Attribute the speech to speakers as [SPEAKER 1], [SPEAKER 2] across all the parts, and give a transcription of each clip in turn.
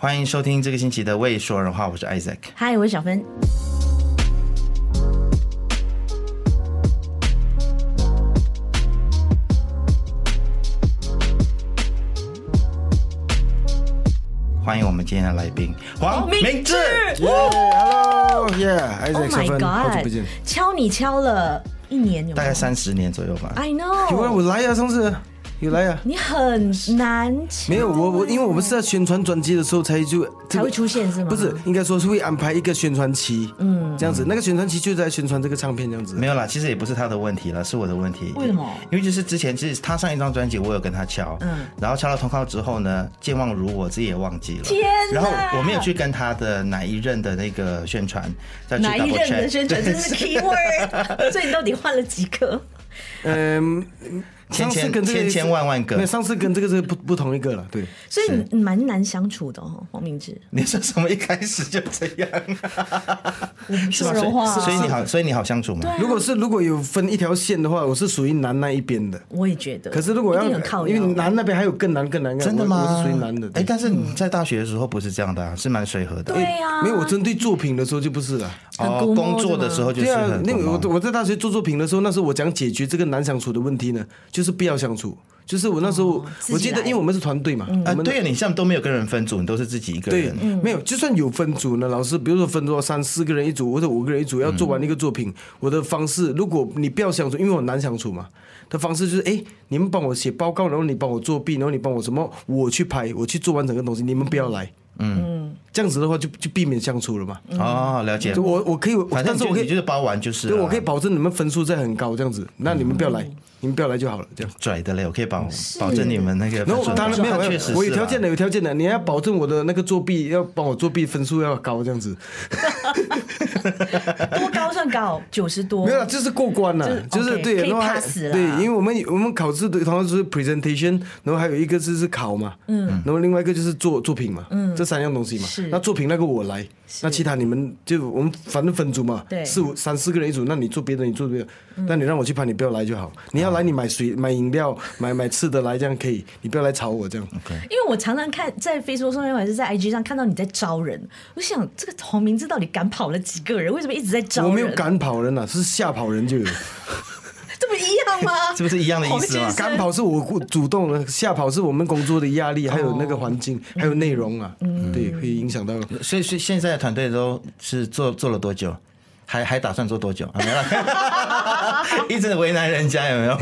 [SPEAKER 1] 欢迎收听这个星期的未说人话，我是 Isaac。
[SPEAKER 2] 嗨，我是小芬。
[SPEAKER 1] 欢迎我们今天的来宾黄明志。
[SPEAKER 3] 耶，Hello，耶，Isaac
[SPEAKER 2] Oh
[SPEAKER 3] 小
[SPEAKER 2] my
[SPEAKER 3] 芬，好久不
[SPEAKER 2] god！
[SPEAKER 3] 见。
[SPEAKER 2] 敲你敲了一年有
[SPEAKER 1] 大
[SPEAKER 2] 没
[SPEAKER 1] 概
[SPEAKER 2] 有
[SPEAKER 1] 三十年左右吧。
[SPEAKER 2] ？I
[SPEAKER 3] 有啊，我
[SPEAKER 2] know，
[SPEAKER 3] 来呀，上次有来
[SPEAKER 1] 啊
[SPEAKER 3] 呀。
[SPEAKER 2] 你很难敲。
[SPEAKER 3] 没有，我我因为我们是在宣传专辑的时候才就这
[SPEAKER 2] 才
[SPEAKER 3] 个
[SPEAKER 2] 会出现是吗？
[SPEAKER 3] 不是，应该说是会安排一个宣传期，嗯，这样子，那个宣传期就在宣传这个唱片这样子。
[SPEAKER 1] 没有啦，其实也不是他的问题了，是我的问题。
[SPEAKER 2] 为什么
[SPEAKER 1] 因为就是之前，其实他上一张专辑我有跟他敲，嗯，然后敲了通告之后呢，健忘如我自己也忘记了，
[SPEAKER 2] 天哪
[SPEAKER 1] 然后我没有去跟他的哪一任的那个宣传，再去
[SPEAKER 2] 哪一
[SPEAKER 1] double check
[SPEAKER 2] 任的宣传
[SPEAKER 1] 对
[SPEAKER 2] 这 是 keyword，所以 你到底换了几个？
[SPEAKER 3] 嗯，
[SPEAKER 1] 千
[SPEAKER 3] 上次
[SPEAKER 1] 千
[SPEAKER 3] 跟这个
[SPEAKER 1] 千千万万个
[SPEAKER 3] 没有上次跟这个是不不同一个了，对。
[SPEAKER 2] 所以你蛮难相处的哦，黄明志。
[SPEAKER 1] 你说什么？一开始就这样，
[SPEAKER 2] 是啊
[SPEAKER 1] 吗？所以所以你好，所以你好相处吗？
[SPEAKER 3] 如果是如果有分一条线的话，我是属于男那一边的。
[SPEAKER 2] 我也觉得。
[SPEAKER 3] 可是如果要
[SPEAKER 2] 一定很靠
[SPEAKER 3] 因
[SPEAKER 2] 腰
[SPEAKER 3] 为男那边还有更难更难，
[SPEAKER 1] 真的吗？
[SPEAKER 3] 我我是属于男的。
[SPEAKER 1] 哎，
[SPEAKER 3] 对
[SPEAKER 1] 但是你在大学的时候不是这样的啊，是蛮随和的。
[SPEAKER 2] 对哎啊呀、
[SPEAKER 3] 没有，我针对作品的时候就不是了。
[SPEAKER 2] 很
[SPEAKER 1] 哦，
[SPEAKER 2] 孤陋
[SPEAKER 1] 工作的时候就是
[SPEAKER 3] 对啊，
[SPEAKER 1] 很
[SPEAKER 3] 那个
[SPEAKER 1] 多嘛
[SPEAKER 3] 我我在大学做作品的时候，那时候我讲解决这个难相处的问题呢，就是不要相处。就是我那时候，
[SPEAKER 2] 哦自己
[SPEAKER 3] 我记得，
[SPEAKER 2] 来嗯
[SPEAKER 3] 因为我们是团队嘛，我
[SPEAKER 1] 啊，
[SPEAKER 3] 们
[SPEAKER 1] 对啊，你像都没有跟人分组，你都是自己一个
[SPEAKER 3] 对
[SPEAKER 1] 人。，
[SPEAKER 3] 没有，就算有分组呢，老师，比如说分到三四个人一组，或者五个人一组，要做
[SPEAKER 1] 嗯
[SPEAKER 3] 完一个作品，我的方式，如果你不要相处，因为我难相处嘛，的方式就是，哎，你们帮我写报告，然后你帮我作弊，然后你帮我什么，我去拍，我去做完整个东西，你们不要来，嗯，这样子的话就就避免相处了嘛。
[SPEAKER 1] 哦，了解
[SPEAKER 3] 嗯就。我我可以，
[SPEAKER 1] 反正
[SPEAKER 3] 但是
[SPEAKER 1] 就
[SPEAKER 3] 我可
[SPEAKER 1] 你
[SPEAKER 3] 以
[SPEAKER 1] 就是包完就是啊嗯了
[SPEAKER 3] 对，
[SPEAKER 1] 啦。
[SPEAKER 3] 我可以保证你们分数在很高这样子，那你们不要来，你们不要来就好了，这样。
[SPEAKER 1] 拽的嘞，我可以保保证你们那个分
[SPEAKER 3] 然
[SPEAKER 1] 数
[SPEAKER 3] 后
[SPEAKER 1] 的。
[SPEAKER 3] 当然没有，
[SPEAKER 1] 那
[SPEAKER 3] 没
[SPEAKER 1] 确
[SPEAKER 3] 有
[SPEAKER 1] 实
[SPEAKER 3] 我
[SPEAKER 1] 是啊
[SPEAKER 3] 有
[SPEAKER 1] 啦
[SPEAKER 3] 条件的，有条件的，你要保证我的那个作弊要帮我作弊分数要高这样子，
[SPEAKER 2] 多高算高，九十多。
[SPEAKER 3] 没有啦，就是过关了，
[SPEAKER 2] 就
[SPEAKER 3] 就是是
[SPEAKER 2] 哦 OK，
[SPEAKER 3] 对，
[SPEAKER 2] 可以
[SPEAKER 3] 然后还
[SPEAKER 2] pass 啦
[SPEAKER 3] 对，因为我们我们考试的同样就是 presentation，然后还有一个是是考嘛，嗯，然后另外一个就是作作品嘛，嗯，这三样东西嘛
[SPEAKER 2] 是，
[SPEAKER 3] 那作品那个我来，那其他你们就我们反正分组嘛，
[SPEAKER 2] 对嗯
[SPEAKER 3] 四五三四个人一组，那你做别的，你做别的，那你让我去拍，你不要来就好，你要来你买水买饮料买买吃的来这样可以，你不要来吵我这样，
[SPEAKER 2] 因为我常常看在 Facebook 上面还是在 IG 上看到你在招人，我想这个黄明志到底赶跑了几个人？为什么一直在招
[SPEAKER 3] 我
[SPEAKER 2] 人？
[SPEAKER 3] 没有，赶跑人呐，是吓跑人就有。
[SPEAKER 2] 这不一 样吗？
[SPEAKER 1] 这不是一样的意思吗
[SPEAKER 2] 黄先生
[SPEAKER 3] 赶啊跑是我主动的，吓跑是我们工作的压力，还有那个环境，
[SPEAKER 2] 哦
[SPEAKER 3] 还有内容啊，
[SPEAKER 2] 嗯
[SPEAKER 3] 对，会影响到。
[SPEAKER 1] 所以所以现在的团队都是做做了多久？还还打算做多久？啊、没 了，一直为难人家有没 有？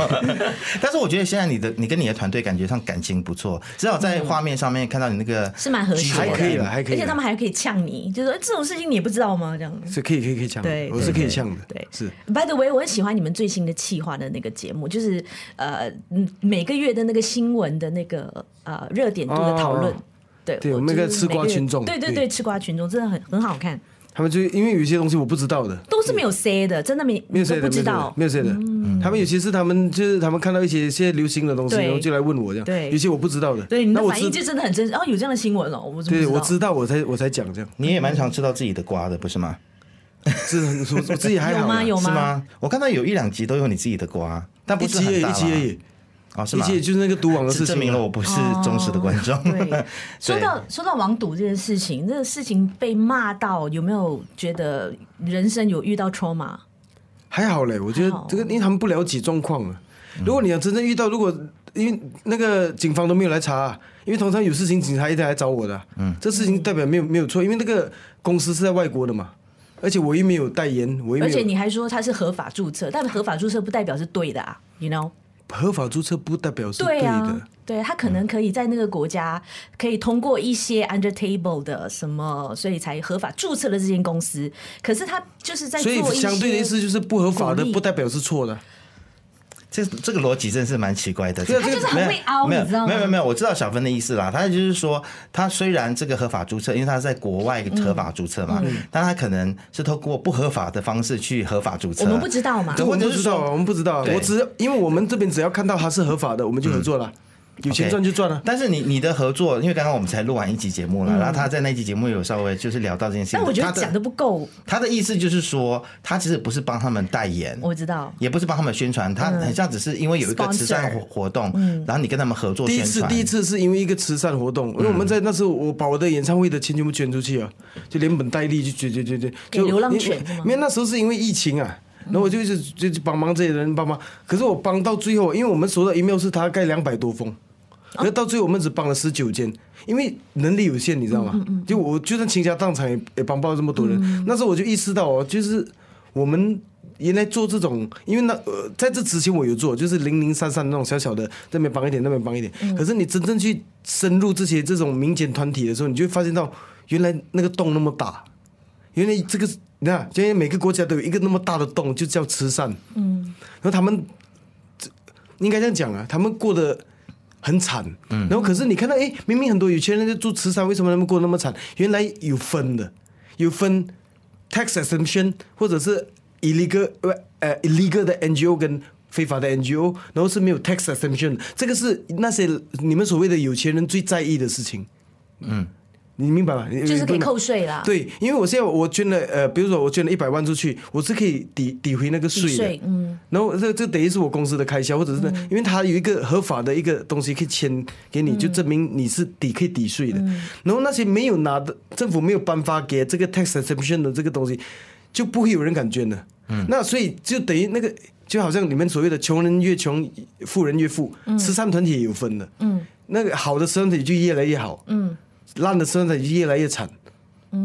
[SPEAKER 1] 但是我觉得现在你的你跟你的团队感觉上感情不错，至少在画面上面看到你那个
[SPEAKER 2] 是蛮和谐的
[SPEAKER 3] 还可以了，还可
[SPEAKER 2] 而
[SPEAKER 3] 以
[SPEAKER 2] 且他
[SPEAKER 3] 啦，
[SPEAKER 2] 们还可以呛你，就说这种事情你也不知道吗？这样。
[SPEAKER 3] 是可以可以可以呛的
[SPEAKER 2] 对，
[SPEAKER 3] 我是可以呛的，
[SPEAKER 2] 对，
[SPEAKER 3] 是。
[SPEAKER 2] By the way，我很喜欢你们最新的企划的那个节目，就是呃，嗯每个月的那个新闻的那个呃热点度的讨论。
[SPEAKER 3] 哦
[SPEAKER 2] 对，
[SPEAKER 3] 对
[SPEAKER 2] 我
[SPEAKER 3] 我们
[SPEAKER 2] 就
[SPEAKER 3] 那个
[SPEAKER 2] 是
[SPEAKER 3] 吃瓜
[SPEAKER 2] 每月
[SPEAKER 3] 群众
[SPEAKER 2] 对对
[SPEAKER 3] 对
[SPEAKER 2] 对，吃瓜群众真的很很好看，
[SPEAKER 3] 他们就因为有些东西我不知道的，
[SPEAKER 2] 都是没有 say 的，真的没
[SPEAKER 3] 没有
[SPEAKER 2] 都
[SPEAKER 3] 谁
[SPEAKER 2] 不
[SPEAKER 3] 的，
[SPEAKER 2] 知道。嗯
[SPEAKER 3] 没有谁的，没有谁的他们有些是他们就是他们看到一些一些流行的东西，
[SPEAKER 2] 对
[SPEAKER 3] 然后就来问我这
[SPEAKER 2] 对
[SPEAKER 3] 样，有些我不知道的，
[SPEAKER 2] 对，你
[SPEAKER 3] 那
[SPEAKER 2] 的
[SPEAKER 3] 我
[SPEAKER 2] 反应
[SPEAKER 3] 知，
[SPEAKER 2] 就真的很真实。哦，有这样的新闻哦，我怎么
[SPEAKER 3] 对，
[SPEAKER 2] 道？
[SPEAKER 3] 我知道我才我才讲这样，
[SPEAKER 1] 你也蛮常吃到自己的瓜的，不是吗？
[SPEAKER 3] 是很我我自己还好
[SPEAKER 2] 有吗？
[SPEAKER 3] 啦，
[SPEAKER 2] 有
[SPEAKER 1] 是？吗？我看到有一两集都有你自己的瓜，但不
[SPEAKER 3] 一
[SPEAKER 1] 是
[SPEAKER 3] 集而
[SPEAKER 1] 很大
[SPEAKER 3] 已，一
[SPEAKER 1] 啦
[SPEAKER 3] 集而已，
[SPEAKER 1] 哦，是
[SPEAKER 3] 一
[SPEAKER 1] 吗
[SPEAKER 3] 集？也就是那个毒网的
[SPEAKER 1] 这
[SPEAKER 3] 事
[SPEAKER 1] 证
[SPEAKER 3] 情啊
[SPEAKER 1] 明了
[SPEAKER 3] 嘛，
[SPEAKER 1] 我不是忠实的观众。
[SPEAKER 2] 哦 对，说到说到网赌这件事情，这个事情被骂到，有没有觉得人生有遇到 trauma？
[SPEAKER 3] 还好嘞，我觉
[SPEAKER 2] 还好
[SPEAKER 3] 得这个，因为他们不了解状况啊。如果你要真正遇到，如果因为那个警方都没有来查啊、因为通常有事情警察一定来找我的啊、
[SPEAKER 1] 嗯
[SPEAKER 3] 这事情代表没有没有错，因为那个公司是在外国的嘛，而且我又没有代言，我又
[SPEAKER 2] 而
[SPEAKER 3] 没
[SPEAKER 2] 且
[SPEAKER 3] 有
[SPEAKER 2] 你还说它是合法注册，但合法注册不代表是对的啊，you know？
[SPEAKER 3] 合法注册，不代表是
[SPEAKER 2] 对
[SPEAKER 3] 的。嗯
[SPEAKER 2] 啊，对他可能可以在那个国家可以通过一些 under table 的什么，所以才合法注册了这间公司。可是他就是在
[SPEAKER 3] 所
[SPEAKER 2] 做
[SPEAKER 3] 以
[SPEAKER 2] 一些
[SPEAKER 3] 相对的意思就是不合法的
[SPEAKER 2] 鼓励
[SPEAKER 3] 不代表是错的，
[SPEAKER 1] 这这个逻辑真是蛮奇怪的。
[SPEAKER 3] 对啊
[SPEAKER 1] 这个
[SPEAKER 2] 他就是很会凹
[SPEAKER 1] 没有
[SPEAKER 2] 你知道吗
[SPEAKER 1] 没有没有没有，我知道小芬的意思啦。他就是说，他虽然这个合法注册，因为他在国外合法注册
[SPEAKER 2] 嗯
[SPEAKER 1] 嘛，但他可能是透过不合法的方式去合法注册。
[SPEAKER 2] 我们不知道嘛
[SPEAKER 1] 对，
[SPEAKER 3] 我
[SPEAKER 1] 或
[SPEAKER 3] 们
[SPEAKER 1] 者
[SPEAKER 3] 不
[SPEAKER 1] 是
[SPEAKER 3] 知道
[SPEAKER 1] 说
[SPEAKER 3] 啊，我们不知道啊，
[SPEAKER 1] 对
[SPEAKER 3] 我只因为我们这边只要看到它是合法的，我们就合作了。有
[SPEAKER 1] 嗯
[SPEAKER 3] 钱
[SPEAKER 1] OK
[SPEAKER 3] 赚就赚啊。
[SPEAKER 1] 但是你你的合作，因为刚刚我们才录完一集节目了，然后他在那一集节目有稍微就是聊到这件事情。
[SPEAKER 2] 嗯但我觉得
[SPEAKER 1] 他的
[SPEAKER 2] 讲的不够，
[SPEAKER 1] 他的意思就是说，他其实不是帮他们代言，
[SPEAKER 2] 我知道。
[SPEAKER 1] 也不是帮他们宣传，他很像只是因为有一个慈善
[SPEAKER 2] Sponsor 嗯
[SPEAKER 1] 活活动，然后你跟他们合作
[SPEAKER 3] 第一
[SPEAKER 1] 宣
[SPEAKER 3] 次，
[SPEAKER 1] 传。嗯
[SPEAKER 3] 第一次是因为一个慈善活动，因为我们在那时候，我把我的演唱会的钱全部捐出去啊，就连本带利就捐捐捐捐，
[SPEAKER 2] 给
[SPEAKER 3] 就
[SPEAKER 2] 流浪
[SPEAKER 3] 因
[SPEAKER 2] 犬是吗
[SPEAKER 3] 因为那时候是因为疫情啊，然后我就一直就就帮忙这些人帮忙，可是我帮到最后，因为我们收到 email 是大概两百多
[SPEAKER 2] 哦
[SPEAKER 3] 封。可是到最后，我们只帮了十九件，因为能力有限，你知道
[SPEAKER 2] 嗯
[SPEAKER 3] 吗？就我就算倾家荡产也也帮不到这么多人。那时候我就意识到哦，就是我们原来做这种，因为那呃，在这之前我有做，就是零零散散那种小小的，这边帮一点，那边帮一点。
[SPEAKER 2] 嗯
[SPEAKER 3] 可是你真正去深入这些这种民间团体的时候，你就会发现到原来那个洞那么大，原来这个你看，现在每个国家都有一个那么大的洞，就叫慈善。嗯，然后他们应该这样讲啊，他们过得很惨。嗯，然后可是你看到，哎，明明很多有钱人在住慈善，为什么他们过得那么惨？原来有分的，有分 tax exemption 或者是 illegal 呃呃 illegal 的 NGO 跟非法的 NGO，然后是没有 tax exemption，这个是那些你们所谓的有钱人最在意的事情。嗯。你明白吗？你
[SPEAKER 2] 就是可以
[SPEAKER 3] 你不能
[SPEAKER 2] 扣税啦，
[SPEAKER 3] 对，因为我现在我捐了呃，比如说我捐了一百万出去，我是可以抵抵回那个
[SPEAKER 2] 抵
[SPEAKER 3] 税的。
[SPEAKER 2] 税，嗯，
[SPEAKER 3] 然后这这等于是我公司的开销，或者是、因为它有一个合法的一个东西可以签给
[SPEAKER 2] 嗯
[SPEAKER 3] 你，就证明你是抵可以抵税的。然后那些没有拿的政府没有颁发给这个 tax exemption 的这个东西，就不会有人敢捐的。那所以就等于那个就好像你们所谓的穷人越穷，富人越富，
[SPEAKER 2] 嗯
[SPEAKER 3] 慈善团体也有分的。嗯，那个好的慈善团体就越来越好，嗯，烂的慈善团体就越来越惨。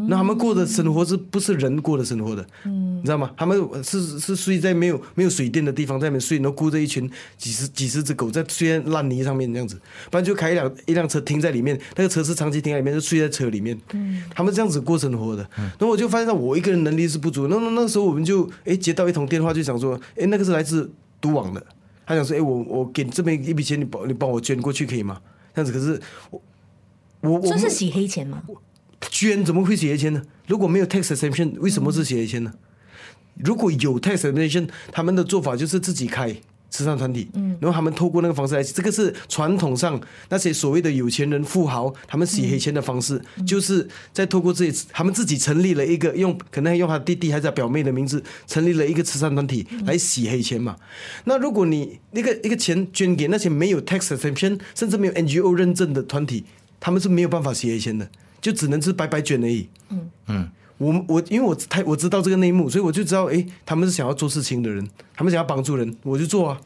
[SPEAKER 3] 那他们过的生活是不是人过的生活的？嗯嗯，你知道吗？他们是是睡在没有没有水电的地方，在那边睡，然后雇着一群几十几十只狗在睡在烂泥上面这样子，不然就开一辆一辆车停在里面，那个车是长期停在里面，就睡在车里面。嗯，他们这样子过生活的。然后我就发现到我一个人能力是不足，那那那时候我们就诶接到一通电话，就想说，诶那个是来自都网的，他想说，诶我我给你这边一笔钱，你帮你帮我捐过去可以吗？这样子，可是我我我
[SPEAKER 2] 算
[SPEAKER 3] 们
[SPEAKER 2] 是洗黑钱吗？
[SPEAKER 3] 捐怎么会写 A 签呢？如果没有 tax exemption，为什么是写 A 签呢？如果有 tax exemption，他们的做法就是自己开慈善团体，然后他们透过那个方式来，这个是传统上那些所谓的有钱人富豪他们洗黑钱的方式，就是在透过自己他们自己成立了一个用可能用他弟弟还是他表妹的名字成立了一个慈善团体来洗黑钱嘛。那如果你那个一个钱捐给那些没有 tax exemption 甚至没有 NGO 认证的团体，他们是没有办法洗黑钱的，就只能是白白卷而已。我我因为我太我知道这个内幕，所以我就知道，诶，他们是想要做事情的人，他们想要帮助人，我就做啊，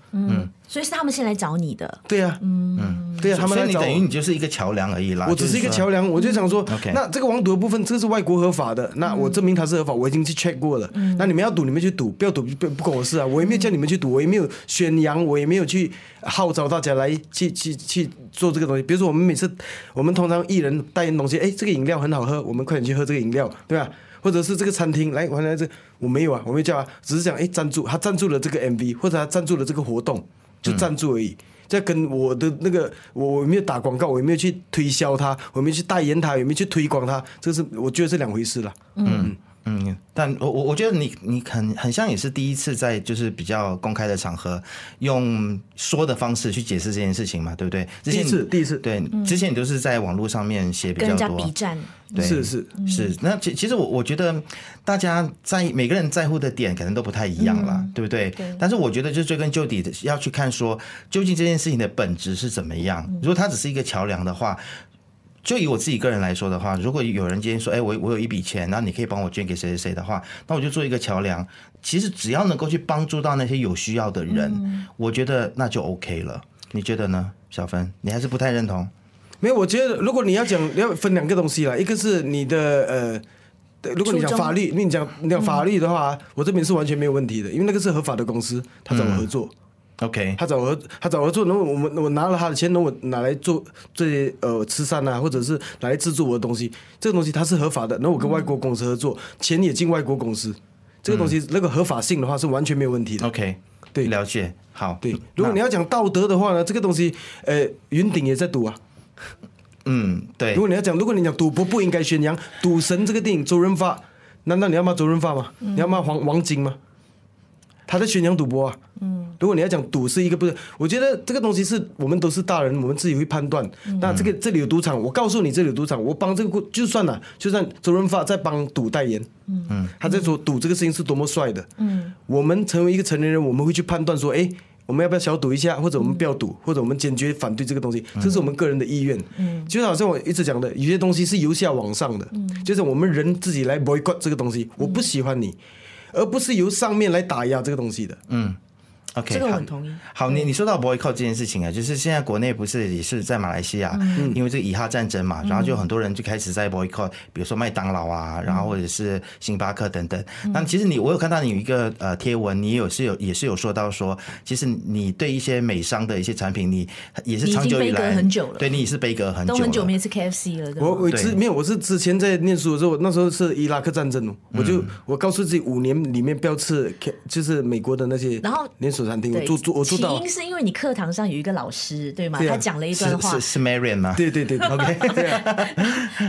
[SPEAKER 2] 所以是他们先来找你的，
[SPEAKER 3] 对啊，嗯，对啊，他们
[SPEAKER 1] 所以
[SPEAKER 3] 来
[SPEAKER 1] 你
[SPEAKER 3] 找
[SPEAKER 1] 等于你
[SPEAKER 3] 我，
[SPEAKER 1] 就是一个桥梁而已啦。
[SPEAKER 3] 我只是一个
[SPEAKER 1] 就
[SPEAKER 3] 桥
[SPEAKER 1] 说。嗯
[SPEAKER 3] 梁，我就想说，
[SPEAKER 1] OK
[SPEAKER 3] 那这个网赌的部分，这个是外国合法的，那我证明它是合法，我已经去 check 过了，
[SPEAKER 1] 嗯
[SPEAKER 3] 那你们要赌你们去赌，不要赌不不关我事啊，我也没有叫你们去赌，我也没有宣扬，我也没有去号召大家来去去去做这个东西，比如说我们每次我们通常艺人代言东西，哎诶，这个饮料很好喝，我们快点去喝这个饮料，对吧？或者是这个餐厅来，完了这我没有啊，我没有叫啊，只是讲诶，赞助，他赞助了这个 MV，或者他赞助了这个活动，就赞助而已。在跟我的那个，我我没有打广告，我也没有去推销它，我没有去代言它，也没有去推广它，这是我觉得是两回事啦。
[SPEAKER 1] 嗯，但我我我觉得你你很很像也是第一次在就是比较公开的场合用说的方式去解释这件事情嘛，对不对？之前你
[SPEAKER 3] 第一次第一次
[SPEAKER 1] 对，之前你都是在网络上面写比
[SPEAKER 2] 跟
[SPEAKER 1] 较
[SPEAKER 2] 人
[SPEAKER 1] 多，
[SPEAKER 2] 家
[SPEAKER 3] 啊
[SPEAKER 2] 比战，
[SPEAKER 1] 对
[SPEAKER 3] 是是
[SPEAKER 1] 是，那其其实我我觉得大家在每个人在乎的点可能都不太一样啦，对不对？但是我觉得就追根究底的要去看说，究竟这件事情的本质是怎么样。如果它只是一个桥梁的话。就以我自己个人来说的话，如果有人今天说，哎、我我有一笔钱，然后你可以帮我捐给谁谁谁的话，那我就做一个桥梁。其实只要能够去帮助到那些有需要的人，我觉得那就 OK 了。你觉得呢，小芬？你还是不太认同？
[SPEAKER 3] 没有，我觉得如果你要讲，要分两个东西啦，一个是你的呃。对如果你讲
[SPEAKER 2] 初衷
[SPEAKER 3] 法律，你讲你讲法律的话，我这边是完全没有问题的，因为那个是合法的公司，他找我合作，
[SPEAKER 1] OK，
[SPEAKER 3] 他找我合他找我合作，然后我们我拿了他的钱，然后我拿来做这些呃慈善啊，或者是拿来制作我的东西，这个东西它是合法的，然后我跟外国公司合作，钱也进外国公司，这个东西那个合法性的话是完全没有问题的。
[SPEAKER 1] OK，
[SPEAKER 3] 对
[SPEAKER 1] 了解，好，
[SPEAKER 3] 对，如果你要讲道德的话呢，这个东西，呃，云顶也在赌啊。
[SPEAKER 1] 嗯，对
[SPEAKER 3] 如，果你要讲，如果你讲赌博不应该宣扬《赌神》这个电影，周润发，难道你要骂周润发吗？你要骂黄王晶吗？他在宣扬赌博啊。嗯，如果你要讲赌是一个不是，我觉得这个东西是我们都是大人，我们自己会判断。那这个这里有赌场，我告诉你这里有赌场，我帮这个过就算了，就算周润发在帮赌代言，嗯，他在说赌这个事情是多么帅的，嗯，我们成为一个成年人，我们会去判断说，哎。我们要不要小赌一下，或者我们不要赌，或者我们坚决反对这个东西，这是我们个人的意愿。嗯，就好像我一直讲的，有些东西是由下往上的，就是我们人自己来 boycott 这个东西，我不喜欢你，而不是由上面来打压这个东西的。
[SPEAKER 2] 嗯
[SPEAKER 1] OK，
[SPEAKER 2] 这个我嗯
[SPEAKER 1] 好
[SPEAKER 2] 很同意。
[SPEAKER 1] 好，你你说到 boycott 这件事情啊，就是现在国内不是也是在马来西亚，
[SPEAKER 2] 嗯
[SPEAKER 1] 因为这个以哈战争嘛，然后就很多人就开始在 boycott，比如说麦当劳啊，然后或者是星巴克等等。
[SPEAKER 2] 嗯
[SPEAKER 1] 那其实你我有看到你有一个呃贴文，你有是有也是有说到说，其实你对一些美商的一些产品，你也是
[SPEAKER 2] 你已
[SPEAKER 1] 长
[SPEAKER 2] 经
[SPEAKER 1] 久以
[SPEAKER 2] 杯
[SPEAKER 1] 来
[SPEAKER 2] 葛很久了
[SPEAKER 1] 对你也是悲歌很久
[SPEAKER 2] 都很久
[SPEAKER 1] 了
[SPEAKER 2] 没吃 KFC 了，对
[SPEAKER 3] 我
[SPEAKER 2] 吗？
[SPEAKER 3] 我之
[SPEAKER 1] 对
[SPEAKER 3] 没有，我是之前在念书的时候，那时候是伊拉克战争哦，
[SPEAKER 2] 嗯
[SPEAKER 3] 我就我告诉自己五年里面不要吃 K，就是美国的那些
[SPEAKER 2] 然后
[SPEAKER 3] 连锁餐厅，我
[SPEAKER 2] 对，
[SPEAKER 3] 做做我做
[SPEAKER 2] 起
[SPEAKER 3] 到了
[SPEAKER 2] 因，是因为你课堂上有一个老师，对吗？
[SPEAKER 3] 对啊
[SPEAKER 2] 他讲了一段
[SPEAKER 1] 是
[SPEAKER 2] 话
[SPEAKER 1] 是，是 Marion 吗？
[SPEAKER 3] 对对对，OK，对啊，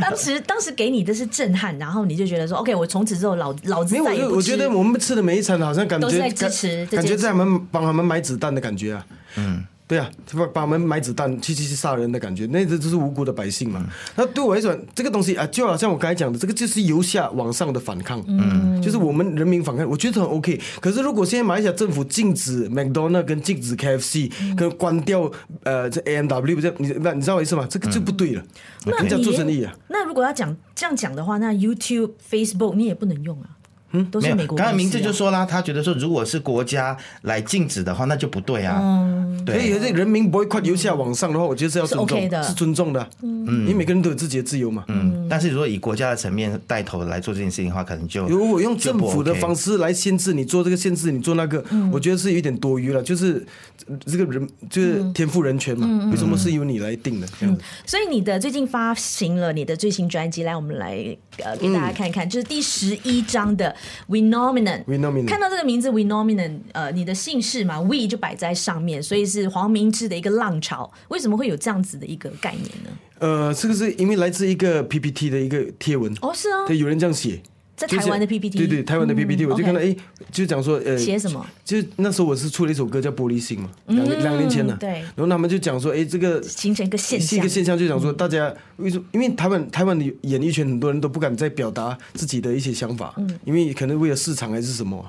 [SPEAKER 2] 当时当时给你的是震撼，然后你就觉得说，OK，我从此之后老老子
[SPEAKER 3] 没有，
[SPEAKER 2] 再
[SPEAKER 3] 我
[SPEAKER 2] 也
[SPEAKER 3] 就
[SPEAKER 2] 不
[SPEAKER 3] 我觉
[SPEAKER 2] 吃
[SPEAKER 3] 得我们吃的每一餐好像感
[SPEAKER 2] 都是
[SPEAKER 3] 觉
[SPEAKER 2] 在支持这
[SPEAKER 3] 感
[SPEAKER 2] 件
[SPEAKER 3] 感觉
[SPEAKER 2] 事
[SPEAKER 3] 在他们帮他们买子弹的感觉啊，嗯，对啊，帮帮他们买子弹去去去杀人的感觉，那这就是无辜的百姓嘛。
[SPEAKER 2] 嗯
[SPEAKER 3] 那对我来讲，这个东西啊，就好像我刚才讲的，这个就是由下往上的反抗，嗯，就是我们人民反抗，我觉得很 OK。可是如果现在马来西亚政府禁止 McDonald 跟禁止 KFC，跟
[SPEAKER 2] 嗯
[SPEAKER 3] 关掉呃这 AMW 这样，你那你知道我意思吗？这个就不对了，人家
[SPEAKER 2] 你
[SPEAKER 3] 做生
[SPEAKER 2] 连
[SPEAKER 3] 意啊。
[SPEAKER 2] 那如果要讲这样讲的话，那 YouTube、Facebook 你也不能用啊，嗯，都
[SPEAKER 1] 没
[SPEAKER 2] 是
[SPEAKER 1] 有
[SPEAKER 2] 美，国公司啊。
[SPEAKER 1] 刚才明志就说啦，他觉得说如果是国家来禁止的话，那就不对啊。
[SPEAKER 2] 嗯
[SPEAKER 3] 所以
[SPEAKER 1] 对，
[SPEAKER 3] 这人民 boycott 由下往上的话，我觉得是要尊
[SPEAKER 2] 是
[SPEAKER 3] 重
[SPEAKER 2] OK 的
[SPEAKER 3] 是尊重的啊。嗯，因为每个人都有自己的自由嘛。
[SPEAKER 1] 嗯，但是如果以国家的层面带头来做这件事情的话，可能就
[SPEAKER 3] 如果用政府的方
[SPEAKER 1] 式，
[SPEAKER 3] 式来限制你做这个，限制你做那个，
[SPEAKER 2] 嗯
[SPEAKER 3] 我觉得是有点多余了。就是呃这个人就是天赋人权嘛，
[SPEAKER 2] 嗯
[SPEAKER 3] 为什么是由你来定的？这样子
[SPEAKER 2] 所以你的最近发行了你的最新专辑，来我们来呃给
[SPEAKER 3] 嗯
[SPEAKER 2] 大家看看，就是第十一章的 We Nominant。
[SPEAKER 3] We Nominant
[SPEAKER 2] 看到这个名字 We Nominant，呃，你的姓氏嘛，We 就摆在上面，所以是黄明志的一个浪潮。为什么会有这样子的一个概念呢？
[SPEAKER 3] 呃，这个是因为来自一个 PPT 的一个贴文，
[SPEAKER 2] 哦，是啊，
[SPEAKER 3] 对，有人这样写。
[SPEAKER 2] 在
[SPEAKER 3] 就
[SPEAKER 2] 台湾的
[SPEAKER 3] 写
[SPEAKER 2] PPT，
[SPEAKER 3] 对对，台湾的 PPT，我就看到
[SPEAKER 2] 嗯 OK
[SPEAKER 3] 哎，就讲说呃，
[SPEAKER 2] 写什么？
[SPEAKER 3] 就那时候我是出了一首歌叫《玻璃心》嘛，两两年前了。
[SPEAKER 2] 嗯对
[SPEAKER 3] 然后他们就讲说，哎，这个
[SPEAKER 2] 形成一个现
[SPEAKER 3] 是一
[SPEAKER 2] 象嗯
[SPEAKER 3] 个。现象，就想说大家为什么？因为台湾台湾的演艺圈很多人都不敢再表达自己的一些想法，
[SPEAKER 2] 嗯
[SPEAKER 3] 因为可能为了市场还是什么啊、